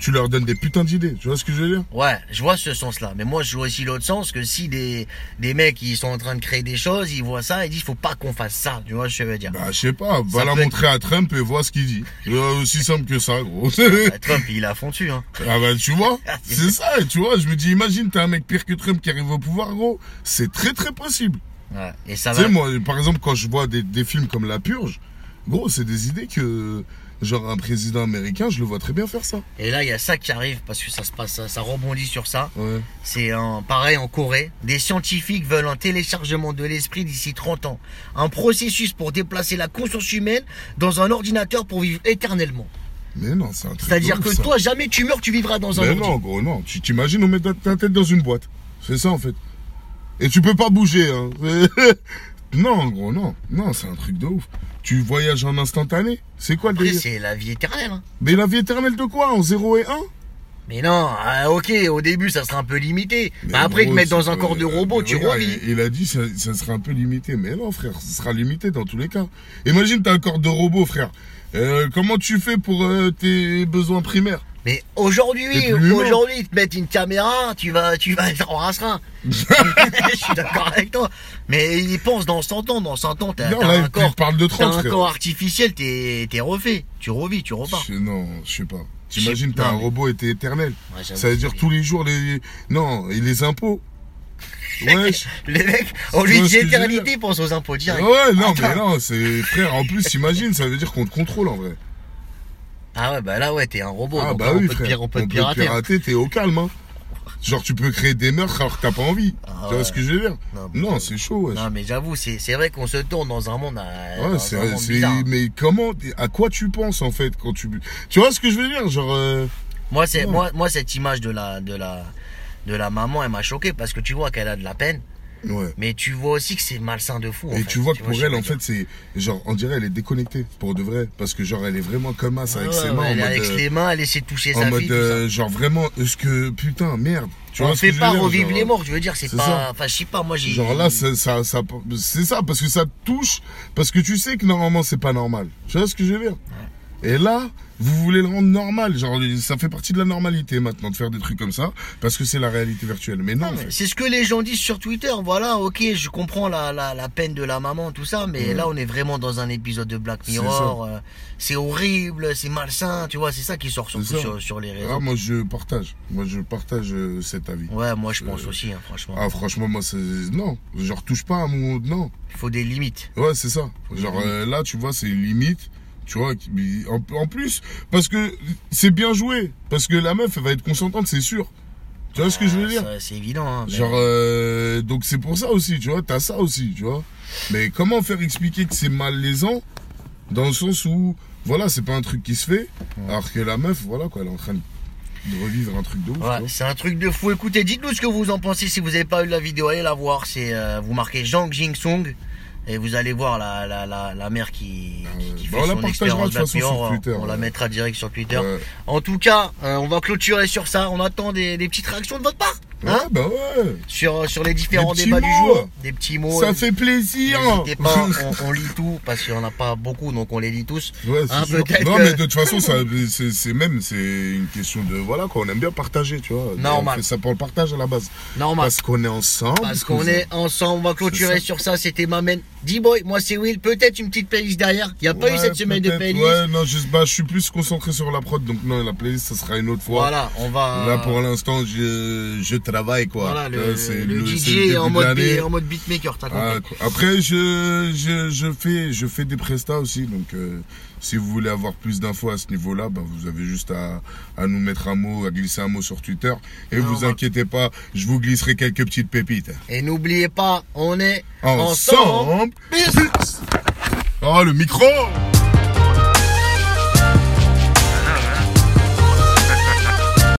Speaker 1: tu leur donnes des putains d'idées, tu vois ce que je veux dire
Speaker 2: mal. Ouais, je vois ce sens-là. Mais moi, je vois aussi l'autre sens que si des, des mecs, ils sont en train de créer des choses, ils voient ça, ils disent, faut pas qu'on fasse ça. Tu vois ce que je veux dire?
Speaker 1: Bah, je sais pas, va la
Speaker 2: peut être-
Speaker 1: montrer à Trump et vois ce qu'il
Speaker 2: <laughs>
Speaker 1: dit. Euh, aussi simple que ça, gros.
Speaker 2: Bah, Trump, il a fondu, hein.
Speaker 1: <laughs> ah bah, tu
Speaker 2: <laughs>
Speaker 1: vois, c'est ça, tu vois, je me dis, imagine, t'as un mec pire que Trump qui arrive au pouvoir, gros, c'est très très possible.
Speaker 2: Ah Ouais. Et ça
Speaker 1: Tu
Speaker 2: va.
Speaker 1: sais, moi, par exemple, quand je vois des, des films comme La Purge, gros, c'est des idées que, genre, un président américain, je le vois très bien faire ça.
Speaker 2: Et là, il y a ça qui arrive parce que ça se passe, ça, ça rebondit sur ça.
Speaker 1: Ouais.
Speaker 2: C'est un, pareil en Corée. Des scientifiques veulent un téléchargement de l'esprit d'ici 30 ans. Un processus pour déplacer la conscience humaine dans un ordinateur pour vivre éternellement.
Speaker 1: Mais non, c'est un truc.
Speaker 2: C'est-à-dire
Speaker 1: de ouf,
Speaker 2: que
Speaker 1: ça.
Speaker 2: toi, jamais tu meurs, tu vivras dans un
Speaker 1: Mais
Speaker 2: ordi.
Speaker 1: non, gros, non. Tu t'imagines, on met ta- ta tête dans une boîte. C'est ça, en fait. Et tu peux pas bouger, hein. <laughs> non, gros, non. Non, c'est un truc de ouf. Tu voyages en instantané C'est quoi le
Speaker 2: Après,
Speaker 1: délire
Speaker 2: c'est la vie éternelle. hein.
Speaker 1: Mais la vie éternelle de quoi En 0 et 1
Speaker 2: Mais non, ah, ok, au début ça sera un peu limité. Mais,
Speaker 1: Mais
Speaker 2: Bah, après,
Speaker 1: gros,
Speaker 2: te mettre dans
Speaker 1: c'est
Speaker 2: un
Speaker 1: pas-
Speaker 2: corps de robot,
Speaker 1: mais
Speaker 2: tu
Speaker 1: regarde,
Speaker 2: revis.
Speaker 1: Il, il a dit ça, ça sera un peu limité. Mais non, frère, ça sera limité dans tous les cas. Imagine, t'as un corps de robot, frère. Euh, comment tu fais pour euh, tes besoins primaires
Speaker 2: Mais aujourd'hui,
Speaker 1: T'es plus humain.
Speaker 2: aujourd'hui, te mettre une caméra, tu vas, tu vas être
Speaker 1: <laughs>
Speaker 2: en rasserin. Je suis d'accord avec toi. Mais il pense dans 100 ans, dans 100 ans, t'as
Speaker 1: Non,
Speaker 2: t'as
Speaker 1: là,
Speaker 2: un
Speaker 1: il
Speaker 2: corps.
Speaker 1: parle de
Speaker 2: T'as
Speaker 1: 30,
Speaker 2: un
Speaker 1: frère.
Speaker 2: corps artificiel, t'es t'es refait. Tu revis, tu repars.
Speaker 1: Je- non, je sais pas.
Speaker 2: Je sais-
Speaker 1: T'imagines, t'as
Speaker 2: non,
Speaker 1: un
Speaker 2: mais-
Speaker 1: robot et t'es éternel.
Speaker 2: Ouais, j'avoue,
Speaker 1: ça veut
Speaker 2: c'est
Speaker 1: dire
Speaker 2: vrai.
Speaker 1: tous les jours les. Non, et les impôts. Wesh.
Speaker 2: <laughs> Les mecs, au
Speaker 1: Tu
Speaker 2: lieu
Speaker 1: vois ce que je veux
Speaker 2: d'éternité, pense aux impôts direct.
Speaker 1: Ouais, non, mais non, c'est. Frère, en plus, imagine, ça veut dire qu'on te contrôle en vrai.
Speaker 2: Ah ouais, bah là, ouais, t'es un robot.
Speaker 1: ah,
Speaker 2: donc
Speaker 1: bah
Speaker 2: on
Speaker 1: oui,
Speaker 2: peut te
Speaker 1: frère.
Speaker 2: pir- on peut te
Speaker 1: te
Speaker 2: pirater. hein.
Speaker 1: pirater, t'es au calme, hein. Genre, tu peux créer des meurtres alors que t'as pas envie. tu vois
Speaker 2: Ah ouais.
Speaker 1: ce que je veux dire
Speaker 2: Non, mais
Speaker 1: Non,
Speaker 2: j'avoue.
Speaker 1: c'est chaud, wesh.
Speaker 2: Non, mais j'avoue, c'est c'est vrai qu'on se tourne dans un monde. euh,
Speaker 1: Ouais,
Speaker 2: dans
Speaker 1: c'est,
Speaker 2: un monde
Speaker 1: c'est-
Speaker 2: bizarre.
Speaker 1: mais comment, à quoi tu penses en fait quand tu, tu vois ce que je veux dire, genre, euh,
Speaker 2: Moi, c'est,
Speaker 1: Ouais.
Speaker 2: moi, moi, cette image de la, de la, de la maman, elle m'a choqué parce que tu vois qu'elle a de la peine,
Speaker 1: ouais.
Speaker 2: mais tu vois aussi que c'est malsain de fou. en
Speaker 1: Et
Speaker 2: fait.
Speaker 1: tu vois que pour
Speaker 2: ce je
Speaker 1: elle,
Speaker 2: veux
Speaker 1: en
Speaker 2: dire.
Speaker 1: fait, c'est genre, on dirait, elle est déconnectée pour de vrai, parce que genre, elle est vraiment comme as avec
Speaker 2: Ouais,
Speaker 1: ses
Speaker 2: ouais,
Speaker 1: mains. en
Speaker 2: elle est
Speaker 1: mode,
Speaker 2: avec
Speaker 1: euh,
Speaker 2: les mains, elle essaie de toucher
Speaker 1: en
Speaker 2: sa
Speaker 1: mode
Speaker 2: fille. tout ça.
Speaker 1: euh, genre vraiment est-ce que putain merde tu
Speaker 2: On
Speaker 1: vois ce que
Speaker 2: fait
Speaker 1: je
Speaker 2: pas
Speaker 1: veux dire,
Speaker 2: revivre
Speaker 1: genre, euh,
Speaker 2: les morts, je veux dire, c'est
Speaker 1: c'est
Speaker 2: pas,
Speaker 1: ça.
Speaker 2: enfin, je sais pas, moi, j'ai.
Speaker 1: genre là ça, ça, ça- c'est ça parce que ça te touche parce que tu sais que normalement c'est pas normal tu vois ce que je veux dire Et là, vous voulez le rendre normal. Genre, ça fait partie de la normalité maintenant de faire des trucs comme ça, parce que c'est la réalité virtuelle. Mais non, en fait.
Speaker 2: C'est ce que les gens disent sur Twitter. Voilà, ok, je comprends la, la, la peine de la maman, tout ça, mais là, on est vraiment dans un épisode de Black
Speaker 1: C'est
Speaker 2: Mirror. euh, C'est horrible, c'est malsain, tu vois, c'est ça qui sort surtout
Speaker 1: ça.
Speaker 2: sur, sur les
Speaker 1: Ah,
Speaker 2: réseaux.
Speaker 1: moi, je partage. Moi, je partage euh, cet avis.
Speaker 2: Ouais, moi, je pense aussi, hein, franchement.
Speaker 1: Ah, franchement, moi, c'est. Non. Genre, touche pas à mon. Non.
Speaker 2: Il faut des limites.
Speaker 1: Ouais, c'est ça. Genre euh, là, tu vois, c'est limite. Tu vois, qui- mais en, en plus, parce que c'est bien joué. Parce que la meuf, elle va être consentante, c'est sûr. Tu vois ce que je veux
Speaker 2: Ah,
Speaker 1: dire
Speaker 2: ça, C'est évident. hein, mais-
Speaker 1: Genre, euh, donc c'est pour ça aussi, tu vois, t'as ça aussi, tu vois. Mais comment faire expliquer que c'est malaisant dans le sens où, voilà, c'est pas un truc qui se fait, alors que la meuf, voilà, quoi, elle est en train de revivre un truc de ouf, tu
Speaker 2: Ouais,
Speaker 1: vois.
Speaker 2: euh, c'est un truc de fou. Écoutez, dites-nous ce que vous en pensez. Si vous n'avez pas eu la vidéo, allez la voir. C'est euh, vous marquez Zhang Jing Song et vous allez voir la la la, la mère qui, qui, qui
Speaker 1: Bah, on la
Speaker 2: fait son
Speaker 1: partagera
Speaker 2: expérience
Speaker 1: de toute façon
Speaker 2: Black
Speaker 1: sur
Speaker 2: Mirror.
Speaker 1: Twitter,
Speaker 2: on la
Speaker 1: ouais.
Speaker 2: mettra direct sur Twitter.
Speaker 1: Ouais.
Speaker 2: En tout cas, euh, on va clôturer sur ça. On attend des, des petites réactions de votre part hein,
Speaker 1: Ouais, bah ouais,
Speaker 2: sur sur les différents
Speaker 1: petits
Speaker 2: débats du
Speaker 1: mots.
Speaker 2: jour, des petits mots.
Speaker 1: ça fait plaisir <laughs>
Speaker 2: N'hésitez pas, on, on lit tout parce qu'il n'y en a pas beaucoup, donc on les lit tous.
Speaker 1: Ouais,
Speaker 2: Hein,
Speaker 1: c'est sûr.
Speaker 2: peut-être
Speaker 1: Non,
Speaker 2: que-
Speaker 1: mais de toute façon,
Speaker 2: <laughs>
Speaker 1: ça, c'est, c'est même, c'est une question de, voilà, quoi, on aime bien partager, tu vois.
Speaker 2: Normal.
Speaker 1: On fait ça pour le partage à la base.
Speaker 2: Normal.
Speaker 1: Parce qu'on est ensemble.
Speaker 2: Parce qu'on est ensemble, on va clôturer
Speaker 1: ça.
Speaker 2: sur ça. C'était ma main D-Boy, moi c'est Will. Peut-être une petite playlist derrière. Il n'y a pas
Speaker 1: Ouais,
Speaker 2: eu cette semaine de
Speaker 1: peut-être.
Speaker 2: playlist.
Speaker 1: Ouais, non, je, bah, je suis plus concentré sur la prod, donc non, la playlist, ça sera une autre fois.
Speaker 2: Voilà, on va.
Speaker 1: Là, pour l'instant, je, je travaille, quoi.
Speaker 2: Voilà, le,
Speaker 1: Là, c'est
Speaker 2: le
Speaker 1: c'est
Speaker 2: DJ est
Speaker 1: début
Speaker 2: en
Speaker 1: de
Speaker 2: mode,
Speaker 1: l'année.
Speaker 2: en mode beatmaker, t'as
Speaker 1: Ah,
Speaker 2: compris.
Speaker 1: quoi. après, je, je, je, fais, je fais des prestats aussi. Donc, euh, si vous voulez avoir plus d'infos à ce niveau-là, bah, vous avez juste à, à nous mettre un mot, à glisser un mot sur Twitter. Et
Speaker 2: Non,
Speaker 1: vous
Speaker 2: bah-
Speaker 1: inquiétez pas, je vous glisserai quelques petites pépites.
Speaker 2: Et n'oubliez pas, on est
Speaker 1: Ensemble,
Speaker 2: ensemble.
Speaker 1: Oh, le micro!